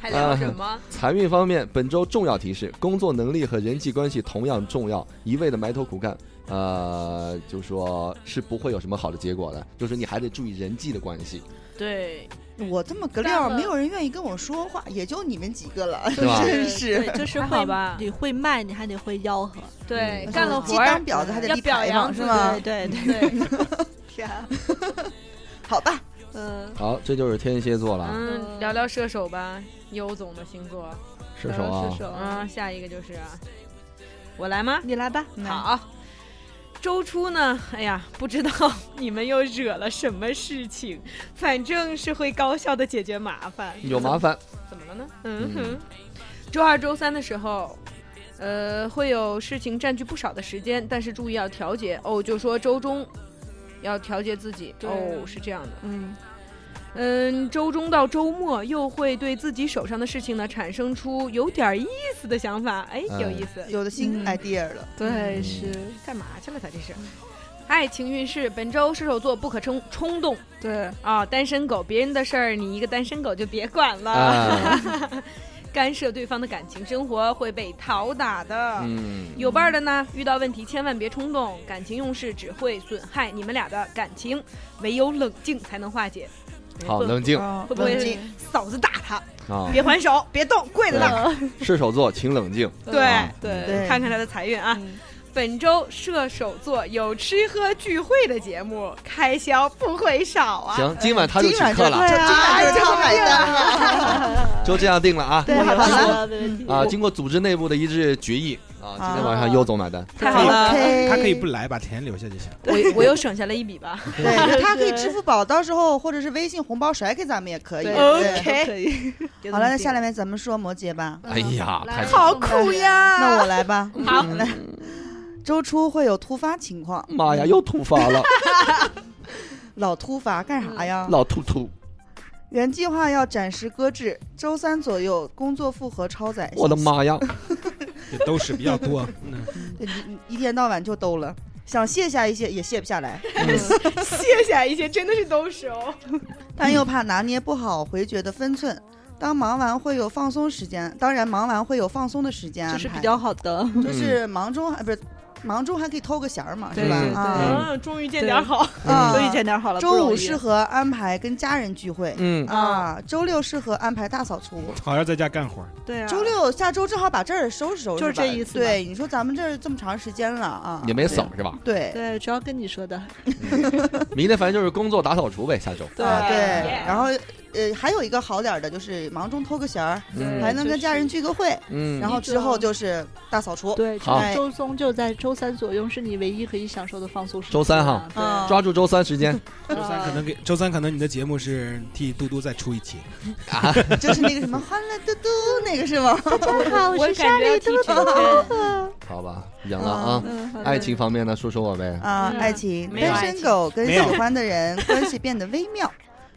Speaker 6: 还聊什
Speaker 2: 啊
Speaker 6: 么？
Speaker 7: 财运方面，本周重要提示：工作能力和人际关系同样重要。一味的埋头苦干，呃，就说是不会有什么好的结果的。就是你还得注意人际的关系，
Speaker 6: 对，
Speaker 5: 我这么个料儿，
Speaker 6: 干了
Speaker 5: 没有人愿意跟我说话，也就你们几个了，
Speaker 7: 对吧
Speaker 5: 真是
Speaker 2: 对，。就是
Speaker 6: 还好
Speaker 2: 会
Speaker 6: 吧
Speaker 2: 你会卖，你还得会吆 喝。
Speaker 6: 对
Speaker 7: 嗯，
Speaker 6: 干了
Speaker 5: 既
Speaker 6: 活儿
Speaker 5: 当婊子还得
Speaker 6: 要
Speaker 5: 立
Speaker 6: 表
Speaker 5: 牌
Speaker 6: 扬
Speaker 5: 坊是
Speaker 6: 自
Speaker 5: 吗
Speaker 2: 对？对对，
Speaker 6: 对，
Speaker 5: 啊好吧，
Speaker 2: 嗯，
Speaker 7: 好，这就是天蝎座了。
Speaker 6: 嗯，聊聊射手吧，优总的星座。
Speaker 7: 射手啊
Speaker 2: 射，手啊，
Speaker 6: 嗯，下一个就是我来吗？
Speaker 2: 你来吧。
Speaker 6: 好，周初呢？哎呀，不知道 你们又惹了什么事情，反正是会高效的解决麻烦。
Speaker 7: 嗯有麻烦，
Speaker 6: 怎么了呢？嗯哼，周二、周三的时候。呃，会有事情占据不少的时间，但是注意要调节哦。就说周中要调节自己
Speaker 2: 对
Speaker 6: 哦，是这样的。
Speaker 2: 嗯，
Speaker 6: 嗯，周中到周末又会对自己手上的事情呢产生出有点儿意思的想法，哎，有意思。
Speaker 5: 有了新
Speaker 2: 嗯
Speaker 5: idea 了。
Speaker 6: 对，是干嘛去了？他这是。爱情运势，本周射手座不可冲冲动
Speaker 2: 对，
Speaker 5: 哦
Speaker 6: 啊！单身狗，别人的事儿你一个单身狗就别管了，
Speaker 7: 啊，
Speaker 6: 干涉对方的感情生活会被讨打的。
Speaker 7: 嗯，
Speaker 6: 有伴儿的呢，遇到问题千万别冲动，感情用事只会损害你们俩的感情，唯有冷静才能化解。
Speaker 7: 好，
Speaker 6: 会
Speaker 7: 冷静
Speaker 5: 啊
Speaker 6: 会不会
Speaker 5: 冷静
Speaker 6: 嫂子打他？
Speaker 7: 啊，
Speaker 6: 别还手，别动，跪在那儿。
Speaker 7: 射手座，请冷静。
Speaker 6: 对
Speaker 7: 啊
Speaker 6: 对，
Speaker 5: 对
Speaker 6: 看看他的财运啊。本周射手座有吃喝聚会的节目，开销不会少啊。
Speaker 7: 行，今晚他就请客了，
Speaker 5: 就今晚就是他买单。
Speaker 7: 就这样定了啊
Speaker 2: 对，好
Speaker 5: 好
Speaker 2: 了，没
Speaker 6: 嗯
Speaker 2: 问题。
Speaker 7: 啊！经过组织内部的一致决议啊，今天晚上优总买单。
Speaker 6: 太好了，
Speaker 5: OK
Speaker 3: 他可以不来，把钱留下就行。
Speaker 6: 我我又省下了一笔吧。
Speaker 5: 对，他可以支付宝，到时候或者是微信红包甩给咱们也可以。
Speaker 2: 对
Speaker 5: 对
Speaker 6: OK
Speaker 2: 可以。
Speaker 5: 好了，那下面咱们说摩羯吧。
Speaker 7: 哎呀，太
Speaker 6: 好苦呀！
Speaker 5: 那我来吧。
Speaker 6: 啊好
Speaker 5: 来，周初会有突发情况，
Speaker 7: 妈呀，又突发了，
Speaker 5: 老突发干啥呀？
Speaker 7: 嗯老突突，
Speaker 5: 原计划要暂时搁置，周三左右工作负荷超载。
Speaker 7: 我的妈呀！
Speaker 3: 也都是比较多，嗯
Speaker 5: 对！你你一天到晚就兜了，想卸下一些也卸不下来，
Speaker 6: 嗯卸下啊一些，真的是都是哦。
Speaker 5: 但又怕拿捏不好回绝的分寸。当忙完会有放松时间，当然忙完会有放松的时间安
Speaker 2: 这
Speaker 5: 排，
Speaker 2: 是比较好的，
Speaker 5: 就是忙中还不是忙中还可以偷个闲儿嘛，
Speaker 2: 对
Speaker 5: 是吧？
Speaker 2: 对对
Speaker 5: 啊
Speaker 6: 嗯，终于见点好。
Speaker 5: 啊，
Speaker 2: 都遇见点好了。
Speaker 5: 周五适
Speaker 2: 是
Speaker 5: 合安排跟家人聚会。
Speaker 7: 嗯，
Speaker 5: 啊，周六适合安排大扫除。
Speaker 3: 好像在家干活儿。
Speaker 2: 对啊，
Speaker 5: 周六下周正好把这儿收拾收拾吧，
Speaker 2: 就是这意思嘛
Speaker 5: 对，你说咱们这儿这么长时间了啊，
Speaker 7: 也没扫是吧？
Speaker 5: 对
Speaker 2: 对，主要跟你说的，
Speaker 7: 明天反正就是工作打扫除呗，下周。
Speaker 5: 啊对
Speaker 6: 耶，
Speaker 5: 然后呃还有一个好点儿的就是忙中偷个闲儿，
Speaker 7: 嗯
Speaker 5: 还能跟家人聚个会，
Speaker 7: 嗯，
Speaker 5: 然后之后就是大扫除。
Speaker 2: 对，
Speaker 7: 好
Speaker 2: 就是周松就在周三左右，是你唯一可以享受的放松时间啊。
Speaker 7: 周三哈
Speaker 2: 对，
Speaker 5: 嗯
Speaker 7: 抓住周三时间，
Speaker 3: 周三可能给周三可能你的节目是替嘟嘟再出一期，
Speaker 5: 就是那个什么欢乐嘟嘟那个是吗？
Speaker 2: 好，
Speaker 6: 啊我感觉要踢球去。
Speaker 7: 好吧，赢了啊。
Speaker 2: 嗯，好的
Speaker 7: 爱情方面呢，说说我呗。
Speaker 5: 啊，
Speaker 6: 嗯
Speaker 5: 爱情，
Speaker 6: 没有
Speaker 5: 单
Speaker 6: 爱
Speaker 5: 身
Speaker 6: 情
Speaker 5: 狗跟
Speaker 3: 没有
Speaker 5: 喜欢的人关系变得微妙，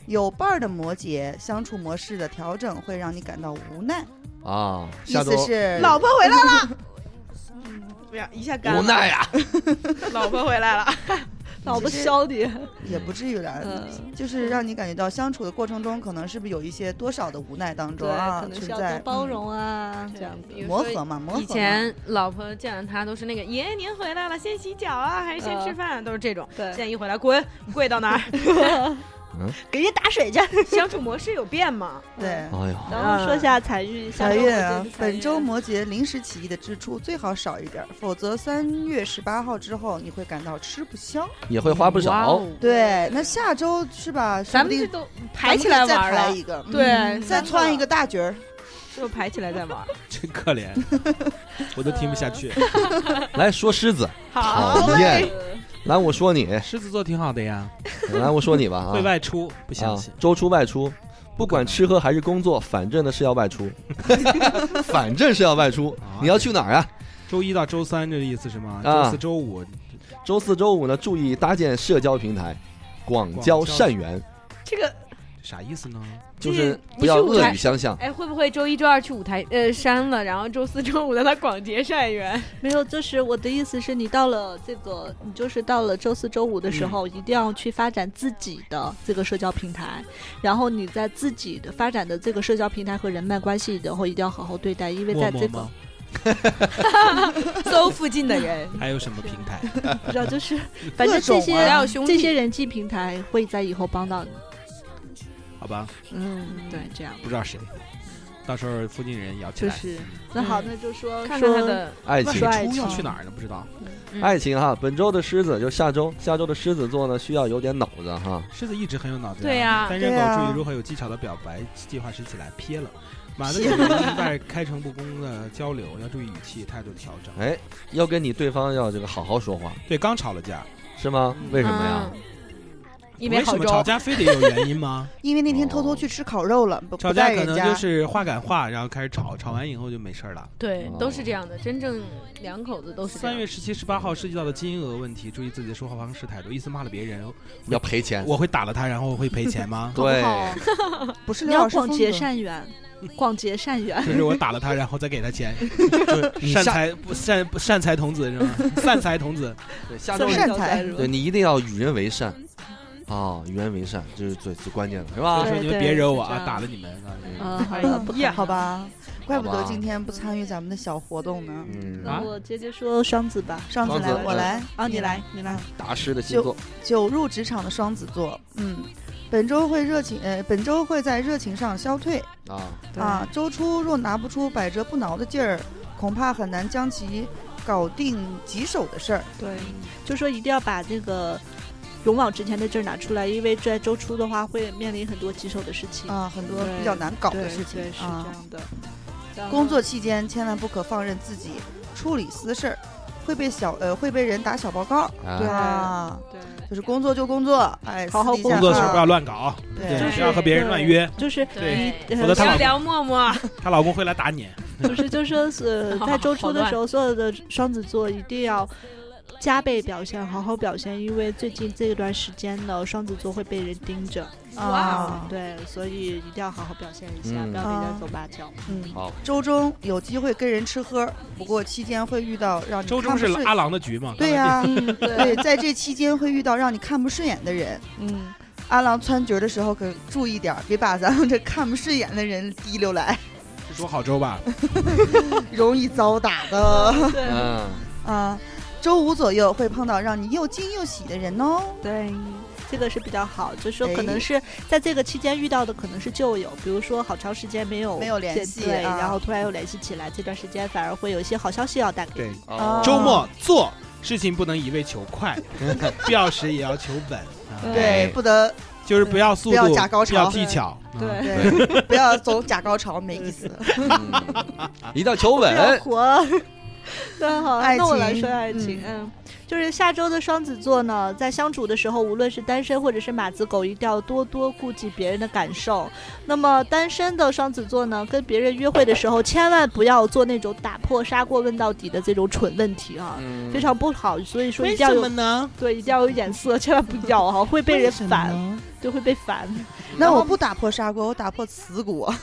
Speaker 5: 有伴儿的摩羯相处模式的调整会让你感到无奈，
Speaker 7: 啊，
Speaker 5: 意
Speaker 7: 下周
Speaker 5: 思是
Speaker 6: 老婆回来了。嗯不要一下干了
Speaker 7: 无奈啊呀，
Speaker 6: 老婆回来了。
Speaker 2: 老不削你，
Speaker 5: 也不至于啦，
Speaker 2: 嗯
Speaker 5: 就是让你感觉到相处的过程中，可能是不是有一些多少的无奈当中
Speaker 2: 对，
Speaker 5: 啊
Speaker 2: 可能
Speaker 5: 存
Speaker 2: 需要多
Speaker 5: 在嗯
Speaker 2: 包容啊，这样子。
Speaker 6: 比如
Speaker 5: 磨
Speaker 6: 说
Speaker 5: 合嘛，磨合
Speaker 6: 以
Speaker 5: 嘛。
Speaker 6: 前老婆见到他都是那个爷爷您回来了，先洗脚啊，还是先吃饭啊、都是这种。
Speaker 2: 对
Speaker 6: 现在一回来滚，跪到哪儿？
Speaker 7: 嗯
Speaker 2: 给人打水去。
Speaker 6: 相处模式有变吗？
Speaker 5: 对啊
Speaker 7: 哎呀，
Speaker 2: 然后说下财运，下
Speaker 5: 财
Speaker 2: 周
Speaker 5: 运
Speaker 2: 我
Speaker 5: 啊
Speaker 2: 对你，财
Speaker 5: 本周
Speaker 2: 运
Speaker 5: 摩羯临时起意的支出最好少一点儿，否则三月十八号之后你会感到吃不消。
Speaker 7: 也会花不
Speaker 6: 哇
Speaker 7: 少
Speaker 6: 哦。
Speaker 5: 对，那下周是吧？说
Speaker 6: 咱
Speaker 5: 不
Speaker 6: 们这
Speaker 5: 定
Speaker 6: 都排起来
Speaker 5: 再
Speaker 6: 玩
Speaker 5: 排
Speaker 6: 了，
Speaker 5: 一个，嗯
Speaker 6: 对，
Speaker 5: 再窜一
Speaker 6: 个
Speaker 5: 个大角儿。
Speaker 6: 就排起来再 玩。
Speaker 3: 真可怜，我都听不下去。
Speaker 7: 来说狮子，讨厌。来，我说你，
Speaker 3: 狮子座挺好的呀，
Speaker 7: 来，我说你吧啊。
Speaker 3: 会外出，不
Speaker 7: 啊
Speaker 3: 相信，。
Speaker 7: 周出外出，不管吃喝还是工作，反正呢是要外出，反正是要外出
Speaker 3: 啊。
Speaker 7: 你要去哪儿啊？
Speaker 3: 周一到周三这个意思是吗？
Speaker 7: 啊
Speaker 3: 周四周五
Speaker 7: 周四周五呢，注意搭建社交平台，广交善缘。
Speaker 6: 这个
Speaker 3: 啥意思呢？
Speaker 7: 就是
Speaker 6: 你
Speaker 7: 不要
Speaker 6: 是舞
Speaker 7: 恶
Speaker 6: 台
Speaker 7: 语相向。
Speaker 6: 哎，会不会周一、周二去五台呃山了，然后周四周五在那广结善缘？
Speaker 2: 没有，就是我的意思是你到了这个，你就是到了周四周五的时
Speaker 7: 嗯
Speaker 2: 候，一定要去发展自己的这个社交平台，然后你在自己的发展的这个社交平台和人脉关系，然后一定要好好对待，因为
Speaker 3: 陌
Speaker 2: 在这
Speaker 3: 陌
Speaker 2: 个
Speaker 3: 吗？
Speaker 6: 搜附近的人，
Speaker 3: 还有什么平台？
Speaker 2: 不知道 就是，反正这些
Speaker 5: 啊
Speaker 6: 还有兄
Speaker 2: 这
Speaker 6: 弟，
Speaker 2: 些人际平台会在以后帮到你。
Speaker 3: 好吧，
Speaker 2: 嗯，对，这样。
Speaker 3: 不知道谁，到时候附近人也要起
Speaker 2: 就
Speaker 3: 来。
Speaker 2: 是那好，
Speaker 6: 嗯
Speaker 2: 那就说
Speaker 6: 看看
Speaker 2: 说
Speaker 6: 他的
Speaker 7: 爱
Speaker 3: 那
Speaker 7: 情
Speaker 3: 你
Speaker 2: 说爱
Speaker 3: 初要
Speaker 2: 情
Speaker 3: 去哪儿呢？不知道。
Speaker 7: 爱情哈，本周的狮子就下周，下周的狮子座呢需要有点脑子哈。
Speaker 3: 狮子一直很有脑子。
Speaker 6: 对呀
Speaker 3: 单身
Speaker 5: 对呀
Speaker 3: 狗注意如何有技巧的表白，计划时起来撇了。马的狗另一半开诚布公的交流，要注意语气、态度调整。
Speaker 7: 哎，要跟你对方要这个好好说话，
Speaker 3: 对，刚吵了架，
Speaker 7: 是吗？为什么呀？
Speaker 6: 嗯一杯
Speaker 3: 为
Speaker 6: 好
Speaker 3: 什么吵
Speaker 6: 粥，
Speaker 3: 架非得有原因吗？
Speaker 5: 因为那天偷偷去吃烤肉了，不
Speaker 3: 吵
Speaker 5: 不
Speaker 3: 架
Speaker 5: 在
Speaker 3: 可
Speaker 5: 人
Speaker 3: 能
Speaker 5: 家。
Speaker 3: 就是话赶话，然后开始吵，吵完以后就没事儿了。
Speaker 6: 对
Speaker 7: 哦，
Speaker 6: 都是这样的，真正两口子都是这
Speaker 3: 三
Speaker 6: 样
Speaker 3: 月。十七、十八号涉及到的金额问题，注意自己的说话方式、态度。意思骂了别人，
Speaker 7: 要赔钱。？
Speaker 3: 我会打了他，然后会赔钱吗
Speaker 7: 对，
Speaker 5: 不是
Speaker 2: 你
Speaker 5: 刘
Speaker 2: 要
Speaker 5: 老师
Speaker 2: 广
Speaker 5: 风
Speaker 2: 结
Speaker 5: 格
Speaker 2: 善缘，广结善缘。
Speaker 3: 就是我打了他，然后再给他 钱。
Speaker 7: 你
Speaker 3: 善
Speaker 7: 下
Speaker 3: 财不善不善财童子是吗？散财童子，
Speaker 7: 对下周
Speaker 5: 算
Speaker 7: 你
Speaker 5: 善财，
Speaker 7: 对你一定要与人为善啊，与人为善，这是最最关键的，是吧
Speaker 3: 所以？说你
Speaker 2: 对
Speaker 3: 们别惹我
Speaker 2: 是
Speaker 3: 啊
Speaker 2: 这，样
Speaker 3: 打了你们啊。
Speaker 2: 嗯，好
Speaker 5: 哎呀
Speaker 2: 的，不
Speaker 6: 呀
Speaker 5: 好吧，怪不
Speaker 7: 好
Speaker 5: 得
Speaker 7: 吧
Speaker 5: 今天不参与咱们的小活动呢。
Speaker 7: 嗯，
Speaker 2: 那我接着说双子吧。
Speaker 5: 双子
Speaker 7: 双
Speaker 5: 来，
Speaker 7: 子
Speaker 5: 我啊来嗯
Speaker 2: 啊，你来，你来。
Speaker 7: 大师的星座，
Speaker 5: 久入职场的双子座，嗯，本周会热情，呃，本周会在热情上消退
Speaker 7: 啊，
Speaker 5: 啊。周初若拿不出百折不挠的劲儿，恐怕很难将其搞定棘手的事儿。
Speaker 2: 对，就说一定要把这个勇往直前的劲儿拿出来，因为在周初的话会面临很多棘手的事情，
Speaker 5: 啊，很多
Speaker 2: 对
Speaker 5: 比较难搞的
Speaker 2: 对
Speaker 5: 事
Speaker 2: 对
Speaker 5: 情
Speaker 2: 是这
Speaker 5: 啊。
Speaker 2: 样的。然后
Speaker 5: 工作期间千万不可放任自己处理私事儿，会被小呃会被人打小报告
Speaker 7: 啊
Speaker 5: 啊。
Speaker 2: 对，
Speaker 5: 就是工作就工作，哎，
Speaker 2: 好好
Speaker 5: 私底下
Speaker 3: 工作时候
Speaker 5: 啊
Speaker 3: 不要乱搞，
Speaker 5: 对
Speaker 3: 对
Speaker 5: 就是
Speaker 3: 不要和别人乱约，
Speaker 2: 就是
Speaker 6: 对，
Speaker 2: 呃
Speaker 3: 否则
Speaker 6: 不
Speaker 3: 他
Speaker 6: 要
Speaker 3: 老
Speaker 6: 聊陌陌，
Speaker 3: 她老公会来打你。
Speaker 2: 不是，就说 是在周初的时候，所有的双子座一定要加倍表现，好好表现，因为最近这段时间呢，双子座会被人盯着，
Speaker 5: 啊，
Speaker 2: 对，所以一定要好好表现一下，
Speaker 7: 嗯
Speaker 2: 不要被
Speaker 5: 啊
Speaker 2: 人走八 脚。
Speaker 5: 嗯，
Speaker 7: 好，
Speaker 5: 周中有机会跟人吃喝，不过期间会遇到让你
Speaker 3: 周中
Speaker 5: 看不
Speaker 3: 是
Speaker 5: 顺
Speaker 3: 阿郎的局嘛？
Speaker 5: 对呀、
Speaker 2: 对
Speaker 5: 嗯 对，在这期间会遇到让你看不顺眼的人。
Speaker 2: 嗯，
Speaker 5: 阿郎窜角的时候可注意点儿，别把咱们这看不顺眼的人提溜来，
Speaker 3: 刚才是说好周吧？
Speaker 5: 容易遭打的。
Speaker 7: 嗯，
Speaker 5: 啊，周五左右会碰到让你又惊又喜的人哦。
Speaker 2: 对，这个是比较好，就说可
Speaker 5: 哎
Speaker 2: 能是在这个期间遇到的可能是旧友，比如说好长时间没有
Speaker 5: 没有联
Speaker 2: 见
Speaker 5: 系
Speaker 2: 对，
Speaker 5: 啊
Speaker 2: 然后突然又联系起来，这段时间反而会有一些好消息要带给
Speaker 3: 对
Speaker 2: 你。
Speaker 7: 哦
Speaker 3: 周 末做事情不能一味求快， 必要时也要求稳。啊
Speaker 2: 对
Speaker 5: 对，不得
Speaker 3: 就是不要速度，
Speaker 5: 不要假高潮
Speaker 3: 要技巧。啊，
Speaker 2: 对，
Speaker 5: 对，不要走假高潮，没意思。
Speaker 7: 嗯一定要求稳，
Speaker 2: 要活。 那好，
Speaker 5: 爱
Speaker 2: 那我
Speaker 5: 情
Speaker 2: 来说爱情，嗯。就是下周的双子座呢，在相处的时候，无论是单身或者是马子狗，一定要多多顾及别人的感受。那么单身的双子座呢，跟别人约会的时候，千万不要做那种打破砂锅问到底的这种蠢问题啊，
Speaker 7: 嗯
Speaker 2: 非常不好。所以说一
Speaker 3: 为
Speaker 2: 定要
Speaker 3: 什么
Speaker 2: 有
Speaker 3: 呢？
Speaker 2: 对，一定要有眼色，千万不要啊，会被人
Speaker 5: 为什
Speaker 2: 烦，
Speaker 5: 么呢
Speaker 2: 对，会被烦。
Speaker 5: 那我不打破砂锅，我打破瓷锅。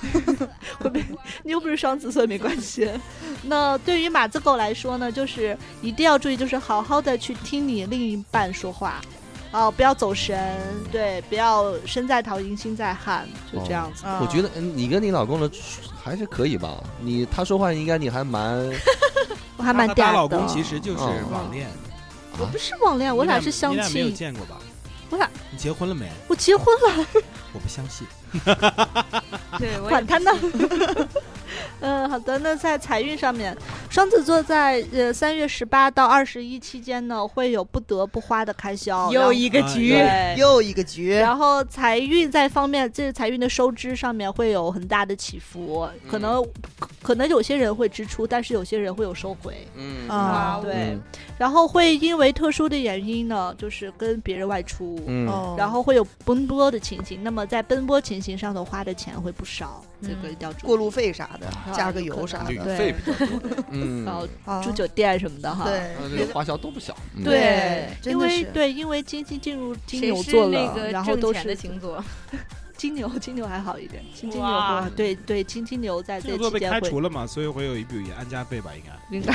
Speaker 2: 会被你又不是双子，所以没关系。那对于马子狗来说呢，就是一定要注意，就是好好的去听你另一半说话，哦，不要走神，对，不要身在桃林心在汉，就这样子。
Speaker 7: 我觉得嗯你跟你老公的还是可以吧，你他说话应该你还蛮
Speaker 2: 我还蛮
Speaker 3: 哦她她
Speaker 2: 嗲
Speaker 3: 老
Speaker 2: 的
Speaker 3: 公。其实就是
Speaker 7: 嗯
Speaker 3: 网恋，
Speaker 2: 我不是网恋，我俩是相
Speaker 3: 你俩没有
Speaker 2: 亲。
Speaker 3: 见过吧？
Speaker 2: 我俩
Speaker 3: 你结婚了没？啊
Speaker 2: 我结婚了，
Speaker 3: 我不相信。
Speaker 6: 对，我也
Speaker 2: 管他呢。 嗯，好的。那在财运上面，双子座在呃三月十八到二十一期间呢，会有不得不花的开销。然
Speaker 6: 又
Speaker 2: 后
Speaker 6: 一个局，
Speaker 2: 对，
Speaker 5: 又一个局，
Speaker 2: 然后财运在方面，这财运的收支上面会有很大的起伏，可能、可能有些人会支出，但是有些人会有收回。
Speaker 7: 嗯
Speaker 5: 啊，
Speaker 2: 对，然后会因为特殊的原因呢，就是跟别人外出，
Speaker 7: 嗯
Speaker 5: 哦
Speaker 2: 然后会有奔波的情形。那么在奔波情形上头花的钱会不少，这个一定要注意。
Speaker 5: 过路费啥的，加个
Speaker 2: 有
Speaker 5: 油
Speaker 2: 可
Speaker 5: 啥
Speaker 2: 能
Speaker 5: 的
Speaker 7: 旅，
Speaker 2: 对
Speaker 7: 费比较多，嗯，
Speaker 2: 然后
Speaker 5: 啊
Speaker 2: 住酒店什么的哈。
Speaker 5: 对
Speaker 7: 那这个花销都不小，嗯
Speaker 5: 对
Speaker 2: 对，
Speaker 5: 真
Speaker 2: 因
Speaker 5: 的
Speaker 2: 为
Speaker 5: 是
Speaker 2: 对，因为金星进入金
Speaker 6: 谁
Speaker 2: 牛
Speaker 6: 是
Speaker 2: 座
Speaker 6: 那
Speaker 2: 了，
Speaker 6: 个
Speaker 2: 然后
Speaker 6: 挣
Speaker 2: 都
Speaker 6: 钱的
Speaker 2: 是
Speaker 6: 星座，
Speaker 2: 金牛，金牛还好一点，金金牛
Speaker 6: 哇
Speaker 2: 会啊对对，金金牛在
Speaker 3: 金
Speaker 2: 这
Speaker 3: 牛座
Speaker 2: 期
Speaker 3: 被
Speaker 2: 间
Speaker 3: 开
Speaker 2: 会
Speaker 3: 除了嘛，所以会有一笔安家费吧，应该。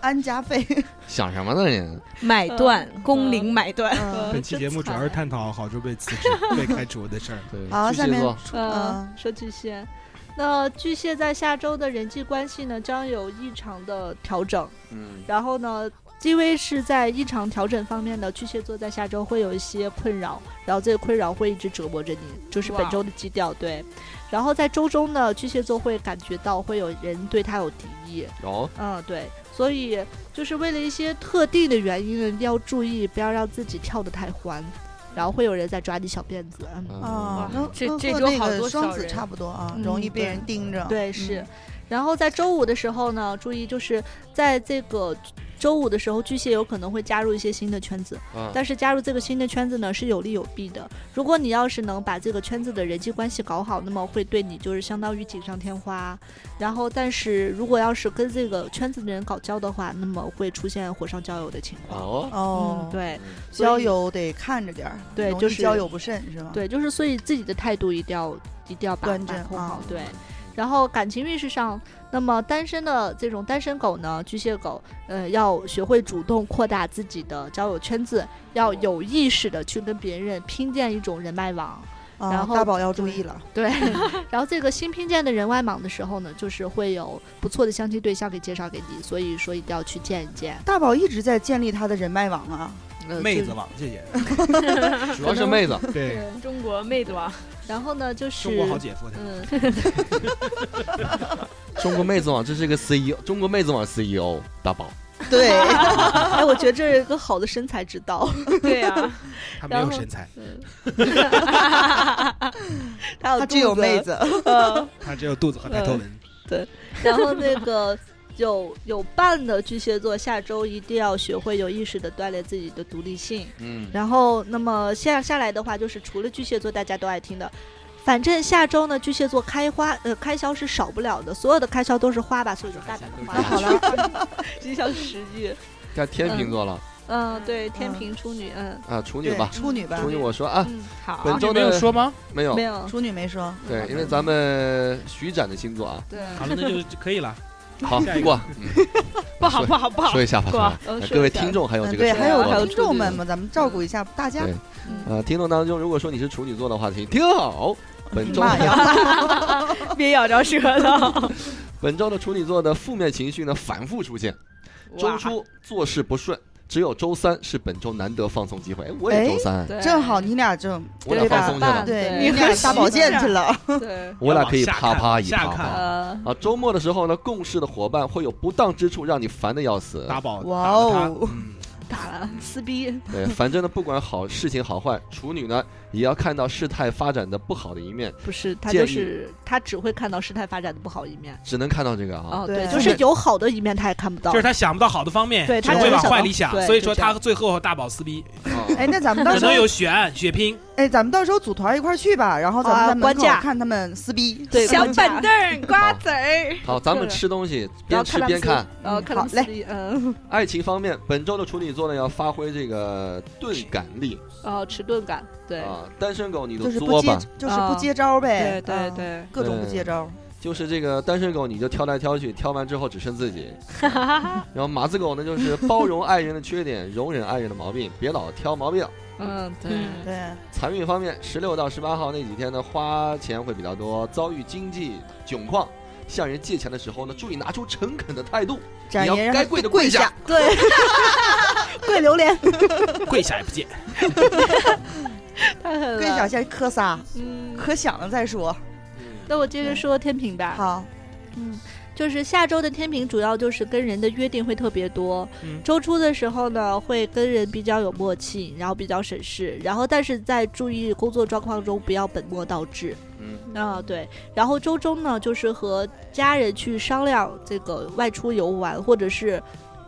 Speaker 5: 安家费，
Speaker 7: 想什么呢你？
Speaker 6: 买断，工龄
Speaker 2: 嗯
Speaker 6: 买断。
Speaker 2: 嗯
Speaker 3: 本期节目主要是探讨郝周被辞 职、被开除的事儿。
Speaker 7: 对，
Speaker 5: 好
Speaker 7: 巨
Speaker 5: 下
Speaker 7: 蟹
Speaker 5: 面
Speaker 7: 座
Speaker 2: 呃
Speaker 5: 嗯，
Speaker 2: 说巨蟹，那巨蟹在下周的人际关系呢将有异常的调整，
Speaker 7: 嗯，
Speaker 2: 然后呢，因为是在异常调整方面的巨蟹座在下周会有一些困扰，然后这个困扰会一直折磨着你，就是本
Speaker 6: 哇
Speaker 2: 周的基调对。然后在周中呢，巨蟹座会感觉到会有人对他有敌意，
Speaker 7: 有
Speaker 2: 嗯，对，所以就是为了一些特定的原因呢，一定要注意，不要让自己跳得太欢，然后会有人在抓你小辫子。嗯，
Speaker 5: 啊，
Speaker 7: 嗯
Speaker 5: 那
Speaker 6: 这
Speaker 5: 那
Speaker 6: 这
Speaker 5: 和
Speaker 6: 周
Speaker 5: 那
Speaker 6: 好
Speaker 5: 个
Speaker 6: 多
Speaker 5: 双
Speaker 6: 小
Speaker 5: 子
Speaker 6: 人
Speaker 5: 差不多啊，
Speaker 2: 嗯
Speaker 5: 容易被
Speaker 2: 对
Speaker 5: 人盯着。
Speaker 2: 对，
Speaker 5: 嗯
Speaker 2: 是。然后在周五的时候呢，注意就是在这个周五的时候，巨蟹有可能会加入一些新的圈子，
Speaker 7: 嗯
Speaker 2: 但是加入这个新的圈子呢是有利有弊的。如果你要是能把这个圈子的人际关系搞好，那么会对你就是相当于锦上添花。然后，但是如果要是跟这个圈子的人搞交的话，那么会出现火上浇油的情况。
Speaker 7: 哦，
Speaker 5: 哦
Speaker 2: 嗯，，，对
Speaker 5: 交友得看着点儿，
Speaker 2: 对
Speaker 5: 容易
Speaker 2: 就是
Speaker 5: 交友不慎是吗？，
Speaker 2: 对，就是所以自己的态度一定要一定要把
Speaker 5: 端
Speaker 2: 把
Speaker 5: 正
Speaker 2: 控
Speaker 5: 啊
Speaker 2: 好，对。然后感情运势上，那么单身的这种单身狗呢，巨蟹狗，呃，要学会主动扩大自己的交友圈子，要有意识的去跟别人拼建一种人脉网。
Speaker 5: 啊、
Speaker 2: 然后
Speaker 5: 大宝要注意了，
Speaker 2: 对，然后这个新拼建的人外网的时候呢，就是会有不错的相亲对象给介绍给你，所以说一定要去见一见。
Speaker 5: 大宝一直在建立他的人脉网啊。
Speaker 2: 嗯
Speaker 3: 妹子网，谢 谢。
Speaker 7: 哦 主要是妹子，
Speaker 3: 对，
Speaker 6: 嗯中国啊妹子王，
Speaker 2: 然后呢，就是
Speaker 3: 中国好姐夫，
Speaker 2: 嗯，
Speaker 7: 中国妹子网这是个 CEO，中国妹子网 CEO 大宝，
Speaker 5: 对，
Speaker 2: 哎，我觉得这是一个好的身材之道。
Speaker 6: 对啊呀，
Speaker 3: 他没有身材，
Speaker 2: 他
Speaker 5: 他只有
Speaker 2: 肚
Speaker 5: 妹子，
Speaker 3: 他只有肚子和抬头
Speaker 2: 嗯
Speaker 3: 纹。
Speaker 2: 然后那个有有伴的巨蟹座，下周一定要学会有意识的锻炼自己的独立性。
Speaker 7: 嗯，
Speaker 2: 然后，那么下下来的话，就是除了巨蟹座，大家都爱听的。反正下周呢，巨蟹座开花呃开销是少不了的，所有的开销都是花吧，所以就大胆的花。好了， 吉祥十句。
Speaker 7: 该天秤座了
Speaker 2: 嗯，对，天平处女，嗯
Speaker 7: 啊，处女
Speaker 5: 对
Speaker 7: 吧，
Speaker 5: 处女吧
Speaker 7: 处，女我说啊，
Speaker 2: 嗯，
Speaker 6: 好
Speaker 7: 本，周
Speaker 3: 你
Speaker 7: 的
Speaker 3: 没有说吗？
Speaker 7: 没有
Speaker 2: 没，有，
Speaker 5: 处女没说，
Speaker 7: 对，因为咱们徐展的星座啊，
Speaker 2: 对，
Speaker 3: 好了，那就可以 了。
Speaker 7: 好
Speaker 3: 下一个
Speaker 7: 过，嗯
Speaker 6: 不好不好不好
Speaker 7: 说，一下吧
Speaker 6: 过啊
Speaker 7: 说一下，
Speaker 2: 嗯
Speaker 7: 哎
Speaker 2: 说
Speaker 7: 各位
Speaker 2: 一下
Speaker 7: 听众还有这
Speaker 5: 嗯
Speaker 7: 个
Speaker 5: 对，
Speaker 7: 处女
Speaker 5: 还
Speaker 7: 座
Speaker 5: 有
Speaker 7: 的
Speaker 5: 听众们嘛，咱们照顾一下大家
Speaker 7: 对。
Speaker 2: 嗯
Speaker 7: 呃，听众当中如果说你是处女座的话，请听好，本周
Speaker 5: 骂呀，
Speaker 6: 别咬着舌头，
Speaker 7: 本周的处女座的负面情绪呢反复出现，周
Speaker 6: 哇
Speaker 7: 初做事不顺，只有周三是本周难得放松机会。哎我也
Speaker 5: 哎
Speaker 7: 周三，
Speaker 2: 对
Speaker 5: 正好你俩正
Speaker 7: 我俩
Speaker 5: 对吧
Speaker 7: 放松去了，
Speaker 5: 对，
Speaker 2: 嗯对
Speaker 5: 你俩大保健去了，
Speaker 2: 对，
Speaker 7: 我俩可以
Speaker 3: 往下
Speaker 7: 啪啪
Speaker 3: 看
Speaker 7: 一
Speaker 3: 下
Speaker 7: 啪
Speaker 3: 看
Speaker 7: 啪。
Speaker 2: 呃，
Speaker 7: 啊，周末的时候呢，共事的伙伴会有不当之处，让你烦的要 死。
Speaker 3: 打宝，
Speaker 5: 哇
Speaker 3: 打了他
Speaker 5: 哦，
Speaker 3: 嗯
Speaker 2: 打了撕逼，
Speaker 7: 对，反正呢，不管好事情好坏，处女呢也要看到事态发展的不好的一面，
Speaker 2: 不是他
Speaker 7: 建
Speaker 2: 就
Speaker 7: 议
Speaker 2: 是他只会看到事态发展的不好一面。
Speaker 7: 只能看到这个啊。
Speaker 2: 哦，对，
Speaker 5: 对
Speaker 2: 就是有好的一面他也看不到
Speaker 3: 就。是他想不到好的方面，
Speaker 2: 对
Speaker 3: 只
Speaker 2: 他
Speaker 3: 会
Speaker 2: 只
Speaker 3: 往
Speaker 2: 想
Speaker 3: 坏
Speaker 2: 到
Speaker 3: 里想，
Speaker 2: 对
Speaker 3: 所以
Speaker 2: 就
Speaker 3: 说
Speaker 2: 这样
Speaker 3: 他最后和大宝撕逼，
Speaker 7: 啊
Speaker 5: 哎，那咱们到
Speaker 3: 可
Speaker 5: 时候
Speaker 3: 能有血案、血拼，
Speaker 5: 哎，咱们到时候组团一块儿去吧，然后咱们
Speaker 2: 啊
Speaker 5: 在门
Speaker 2: 关
Speaker 5: 口
Speaker 2: 架
Speaker 5: 看他们撕 逼。
Speaker 2: 对，
Speaker 6: 小
Speaker 2: 观察
Speaker 6: 板，
Speaker 5: 啊
Speaker 6: 凳、瓜子儿，
Speaker 7: 好，咱们吃东西，
Speaker 2: 然后
Speaker 7: 边吃
Speaker 2: 他们
Speaker 7: 边
Speaker 2: 撕
Speaker 7: 看。，
Speaker 2: 然后看他们
Speaker 5: 好嘞
Speaker 2: 撕逼，嗯，
Speaker 7: 爱情方面，本周的处女座呢要发挥这个钝感力
Speaker 2: 然后哦迟钝感，对，
Speaker 7: 啊，单身狗你
Speaker 5: 就是不
Speaker 7: 作
Speaker 5: 接
Speaker 7: 吧，，
Speaker 5: 就是不
Speaker 2: 啊
Speaker 5: 接招
Speaker 2: 对
Speaker 5: 呗。
Speaker 2: 对
Speaker 5: 啊，
Speaker 2: 对，
Speaker 5: 各种不接招。
Speaker 7: 就是这个单身狗，你就挑来挑去，挑完之后只剩自己。然后马子狗呢，就是包容爱人的缺点， 容忍爱人的毛病，别老挑毛病。
Speaker 2: 嗯，对，
Speaker 6: 嗯，
Speaker 5: 对，
Speaker 7: 财运方面，十六到十八号那几天呢，花钱会比较多，遭遇经济窘况，向人借钱的时候呢，注意拿出诚恳的态度，
Speaker 5: 展
Speaker 7: 你要
Speaker 5: 颜让
Speaker 7: 该
Speaker 5: 他
Speaker 7: 跪的跪
Speaker 5: 跪
Speaker 7: 下，
Speaker 5: 对， 跪榴莲，
Speaker 3: 跪下也不见。
Speaker 2: 太狠
Speaker 5: 跪
Speaker 2: 了
Speaker 6: 啊
Speaker 5: 下，先磕仨，
Speaker 2: 嗯。
Speaker 5: 磕响了再说。
Speaker 2: 那我接着说天平吧，
Speaker 5: 好，
Speaker 2: 就是下周的天平主要就是跟人的约定会特别多，
Speaker 3: 嗯
Speaker 2: 周初的时候呢会跟人比较有默契，然后比较省事，然后但是在注意工作状况中不要本末倒置，
Speaker 7: 嗯
Speaker 2: 啊、
Speaker 6: 哦
Speaker 2: 对，然后周中呢，就是和家人去商量这个外出游玩，或者是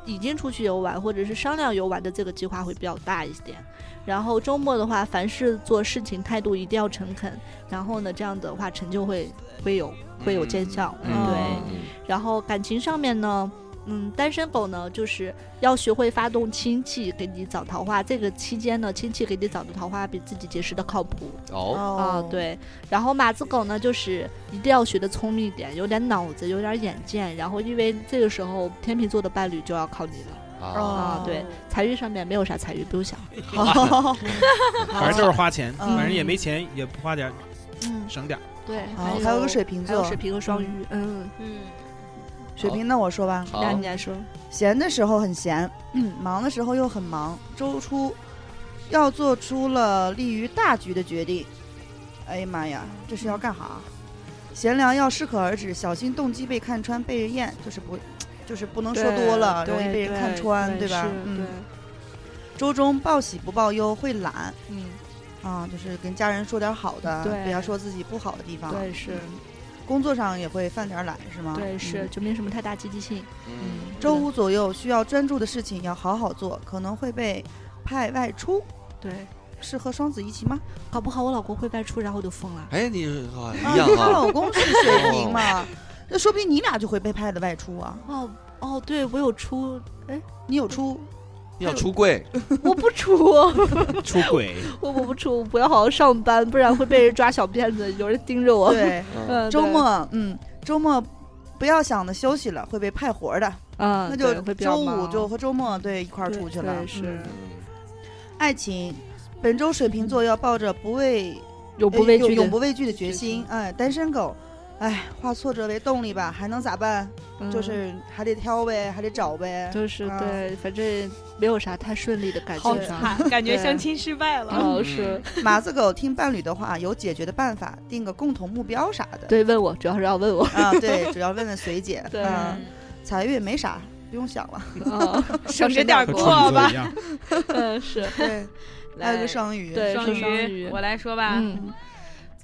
Speaker 2: 已经出去游玩，或者是商量游玩的这个计划会比较大一点。然后周末的话，凡事做事情态度一定要诚恳，然后呢，这样的话成就会会有会有见效，
Speaker 7: 嗯
Speaker 2: 对。
Speaker 7: 嗯
Speaker 2: 然后感情上面呢，嗯，单身狗呢，就是要学会发动亲戚给你找桃花。这个期间呢，亲戚给你找的桃花比自己结识的靠谱
Speaker 7: 哦，
Speaker 2: 啊、
Speaker 5: 哦，
Speaker 2: 对，然后马子狗呢，就是一定要学的聪明一点，有点脑子，有点眼见。然后因为这个时候天秤座的伴侣就要靠你了
Speaker 5: 哦
Speaker 7: 啊，
Speaker 6: 哦
Speaker 2: 啊、对，财运上面没有啥财运，不用想。
Speaker 5: 好，
Speaker 3: 反正都是花钱，
Speaker 5: 嗯
Speaker 3: 反正也没钱，也不花点儿，
Speaker 2: 嗯，
Speaker 3: 省点儿。
Speaker 2: 对，
Speaker 5: 好还有个水瓶
Speaker 2: 还有
Speaker 5: 座，
Speaker 2: 水瓶和双鱼，嗯，哦
Speaker 6: 嗯，
Speaker 5: 水
Speaker 7: 哦
Speaker 5: 瓶，那我说吧，
Speaker 7: 好
Speaker 2: 那你来说，
Speaker 5: 闲的时候很闲，
Speaker 2: 嗯
Speaker 5: 忙的时候又很忙，周出要做出了利于大局的决定。哎呀妈呀，这是要干哈？闲聊要适可而止，小心动机被看穿、被人厌，就是不，就是不能说多了，容易被人看穿，
Speaker 2: 对
Speaker 5: 吧？
Speaker 2: 对
Speaker 5: 嗯，，周中报喜不报忧，会懒
Speaker 2: 嗯，
Speaker 5: 啊，就是跟家人说点好的，
Speaker 2: 对
Speaker 5: 不要说自己不好的地方。
Speaker 2: 对是，
Speaker 5: 工作上也会犯点懒，是吗？
Speaker 2: 对
Speaker 5: 嗯
Speaker 2: 是，就没什么太大积极性。
Speaker 7: 嗯，
Speaker 5: 周五左右需要专注的事情要好好做，可能会被派外出。
Speaker 2: 对，
Speaker 5: 是和双子一起吗？
Speaker 2: 搞不好我老公会外出，然后我就疯了。
Speaker 7: 哎，你啊哦
Speaker 5: 啊，
Speaker 7: 一
Speaker 5: 因
Speaker 7: 样
Speaker 5: 为她
Speaker 7: 哈，
Speaker 5: 老公是水瓶嘛，那说不定你俩就会被派的外出啊。
Speaker 2: 哦哦，对我有出，
Speaker 5: 你有出
Speaker 7: 要出柜，
Speaker 2: 我不出。
Speaker 3: 出轨，
Speaker 2: 我我不出，我不要好好上班，不然会被人抓小辫子，有人盯着我。
Speaker 5: 对
Speaker 6: 呃
Speaker 7: 嗯
Speaker 2: 嗯，
Speaker 5: 周末，嗯，周末不要想着休息了，会被派活的，
Speaker 2: 啊，嗯
Speaker 5: 那
Speaker 2: 对
Speaker 5: 就
Speaker 2: 会比较
Speaker 5: 周五
Speaker 2: 忙
Speaker 5: 就和周末对一块儿
Speaker 2: 对
Speaker 5: 出去了
Speaker 2: 对。是
Speaker 5: 嗯爱情，本周水瓶座要抱着不畏
Speaker 2: 永 不
Speaker 5: 呃
Speaker 2: 畏
Speaker 5: 有
Speaker 2: 惧
Speaker 5: 永
Speaker 2: 的，
Speaker 5: 不畏惧的决心。哎，单身狗，哎，化挫折为动力吧，还能咋办？
Speaker 2: 嗯
Speaker 5: 就是还得挑呗，还得找呗。
Speaker 2: 就是
Speaker 5: 啊
Speaker 2: 对，反正没有啥太顺利的感
Speaker 6: 好
Speaker 2: 觉啊上。
Speaker 6: 惨，感觉
Speaker 2: 对
Speaker 6: 相亲失败了。嗯
Speaker 2: 哦，是
Speaker 5: 马子狗听伴侣的话，有解决的办法，定个共同目标啥的。
Speaker 2: 对，问我主要是要问我，
Speaker 5: 啊，对，主要问问随姐。
Speaker 2: 对
Speaker 5: 啊，
Speaker 6: 嗯
Speaker 5: 财运没啥，不用想了。
Speaker 2: 啊，
Speaker 6: 省着点儿
Speaker 3: 和处
Speaker 6: 过
Speaker 3: 女座
Speaker 6: 吧
Speaker 3: 一。样。
Speaker 2: 嗯是，
Speaker 5: 对，还有个双鱼。
Speaker 2: 对
Speaker 6: 双
Speaker 2: 是双鱼
Speaker 6: 我来说吧。
Speaker 2: 嗯，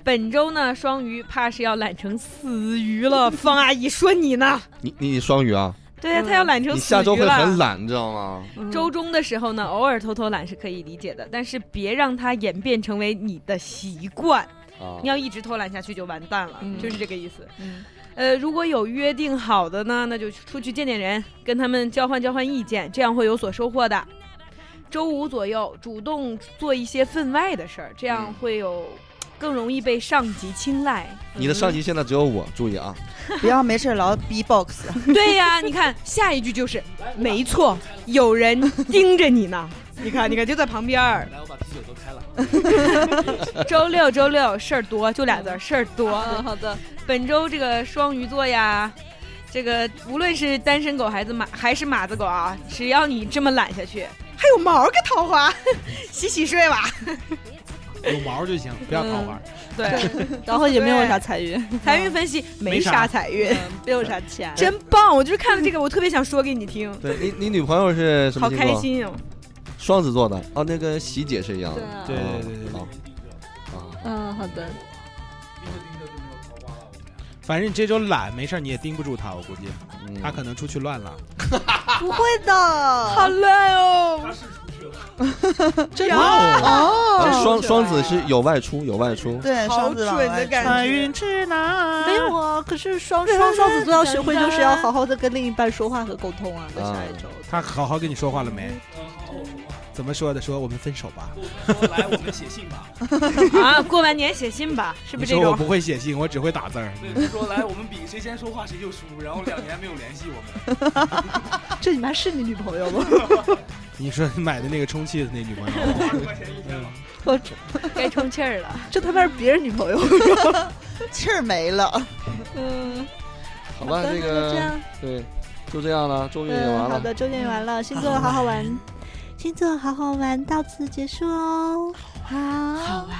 Speaker 6: 本周呢，双鱼怕是要懒成死鱼了。方阿姨说你呢？
Speaker 7: 你你双鱼啊，
Speaker 6: 对呀，
Speaker 2: 嗯
Speaker 6: 她要懒成
Speaker 7: 你
Speaker 6: 死鱼了。
Speaker 7: 下周会很懒，你知道吗？
Speaker 6: 周中的时候呢，偶尔偷偷懒是可以理解的，但是别让它演变成为你的习惯。
Speaker 7: 啊
Speaker 6: 你，要一直偷懒下去就完蛋了，
Speaker 2: 嗯
Speaker 6: 就是这个意思。
Speaker 2: 嗯
Speaker 6: 呃，如果有约定好的呢，那就出去见见人，跟他们交换交换意见，这样会有所收获的。周五左右主动做一些分外的事儿，这样
Speaker 7: 嗯
Speaker 6: 会有更容易被上级青睐。嗯
Speaker 7: 你的上级现在只有我，注意啊，
Speaker 5: 不要没事儿老 B box。
Speaker 6: 对呀、你看下一句就是，没错，有人盯着你呢。你看，你看，就在旁边儿。
Speaker 3: 来，我把啤酒都开了。
Speaker 6: 周六，周六事儿多，就俩字儿，事儿多。
Speaker 2: 嗯好的，
Speaker 6: 本周这个双鱼座呀，这个无论是单身狗还是马还是马子狗啊，只要你这么懒下去，还有毛个桃花， 洗洗睡吧。
Speaker 3: 有毛就行，不要
Speaker 2: 嗯
Speaker 3: 桃花。
Speaker 6: 对，
Speaker 2: 然后也没有啥财运，
Speaker 6: 财运分析没啥
Speaker 3: 啥
Speaker 6: 财运，
Speaker 2: 没有啥钱，
Speaker 6: 真棒！我就是看了这个，我特别想说给你听，
Speaker 7: 对你你女朋友是什
Speaker 6: 好
Speaker 7: 么星
Speaker 6: 开
Speaker 7: 座？
Speaker 6: 心哦。
Speaker 7: 双子座的哦，那跟喜姐是一样的，
Speaker 2: 啊
Speaker 3: 对对对对对
Speaker 7: 啊。啊
Speaker 2: 嗯好的，
Speaker 3: 反正你这周懒没事儿，你也盯不住他，我估计
Speaker 7: 嗯
Speaker 3: 他可能出去乱了。
Speaker 2: 不会的，
Speaker 6: 好烂哦！
Speaker 2: 这
Speaker 7: 啊
Speaker 2: 哦
Speaker 7: 双双子是有外出有外出，
Speaker 5: 对，
Speaker 6: 好
Speaker 5: 双子
Speaker 6: 蠢
Speaker 5: 往外
Speaker 6: 的
Speaker 5: 冲
Speaker 6: 感觉。
Speaker 3: 去哪
Speaker 2: 没有啊，可是双双双子座要学会就是要好好的跟另一半说话和沟通啊，在下一周。
Speaker 3: 他好好跟你说话了没？怎么说的？说我们分手吧。
Speaker 8: 来，我们写信吧。
Speaker 6: 啊，过完年写信吧，是不
Speaker 3: 你
Speaker 6: 是这
Speaker 3: 说我
Speaker 6: 种？嗯
Speaker 3: 不会写信，我只会打字儿。
Speaker 8: 对，说来，我们比谁先说话谁就输，然后两年没有联系我们。
Speaker 7: 啊
Speaker 2: 这你妈是你女朋友吗？
Speaker 3: 你说你买的那个充气的那女朋友，
Speaker 8: 二十块钱一天了，
Speaker 6: 该充气儿了。
Speaker 2: 这他妈是别人女朋友。
Speaker 5: 气儿没了。
Speaker 2: 嗯，
Speaker 7: 好吧，这
Speaker 2: 就这
Speaker 7: 个
Speaker 2: 样。
Speaker 7: 对，就这样了，周运也
Speaker 2: 嗯，
Speaker 7: 完
Speaker 2: 好
Speaker 7: 了，
Speaker 2: 的，周年也完了，星座好好玩， 星座好好玩，到此结束哦。好，
Speaker 6: 玩，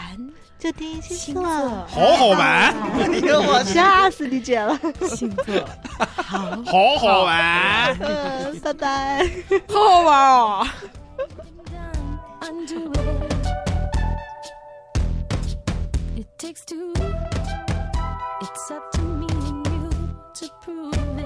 Speaker 2: 就听星
Speaker 6: 星
Speaker 2: 座，
Speaker 6: 座，
Speaker 3: 好好玩，
Speaker 5: 哎呦我去！
Speaker 2: 吓死你姐了。
Speaker 6: 星座，好。
Speaker 3: 好好玩。
Speaker 2: 嗯，拜 拜。
Speaker 6: 好好玩哦！
Speaker 4: Undo it. It takes two. It's up to me and you to prove Oh,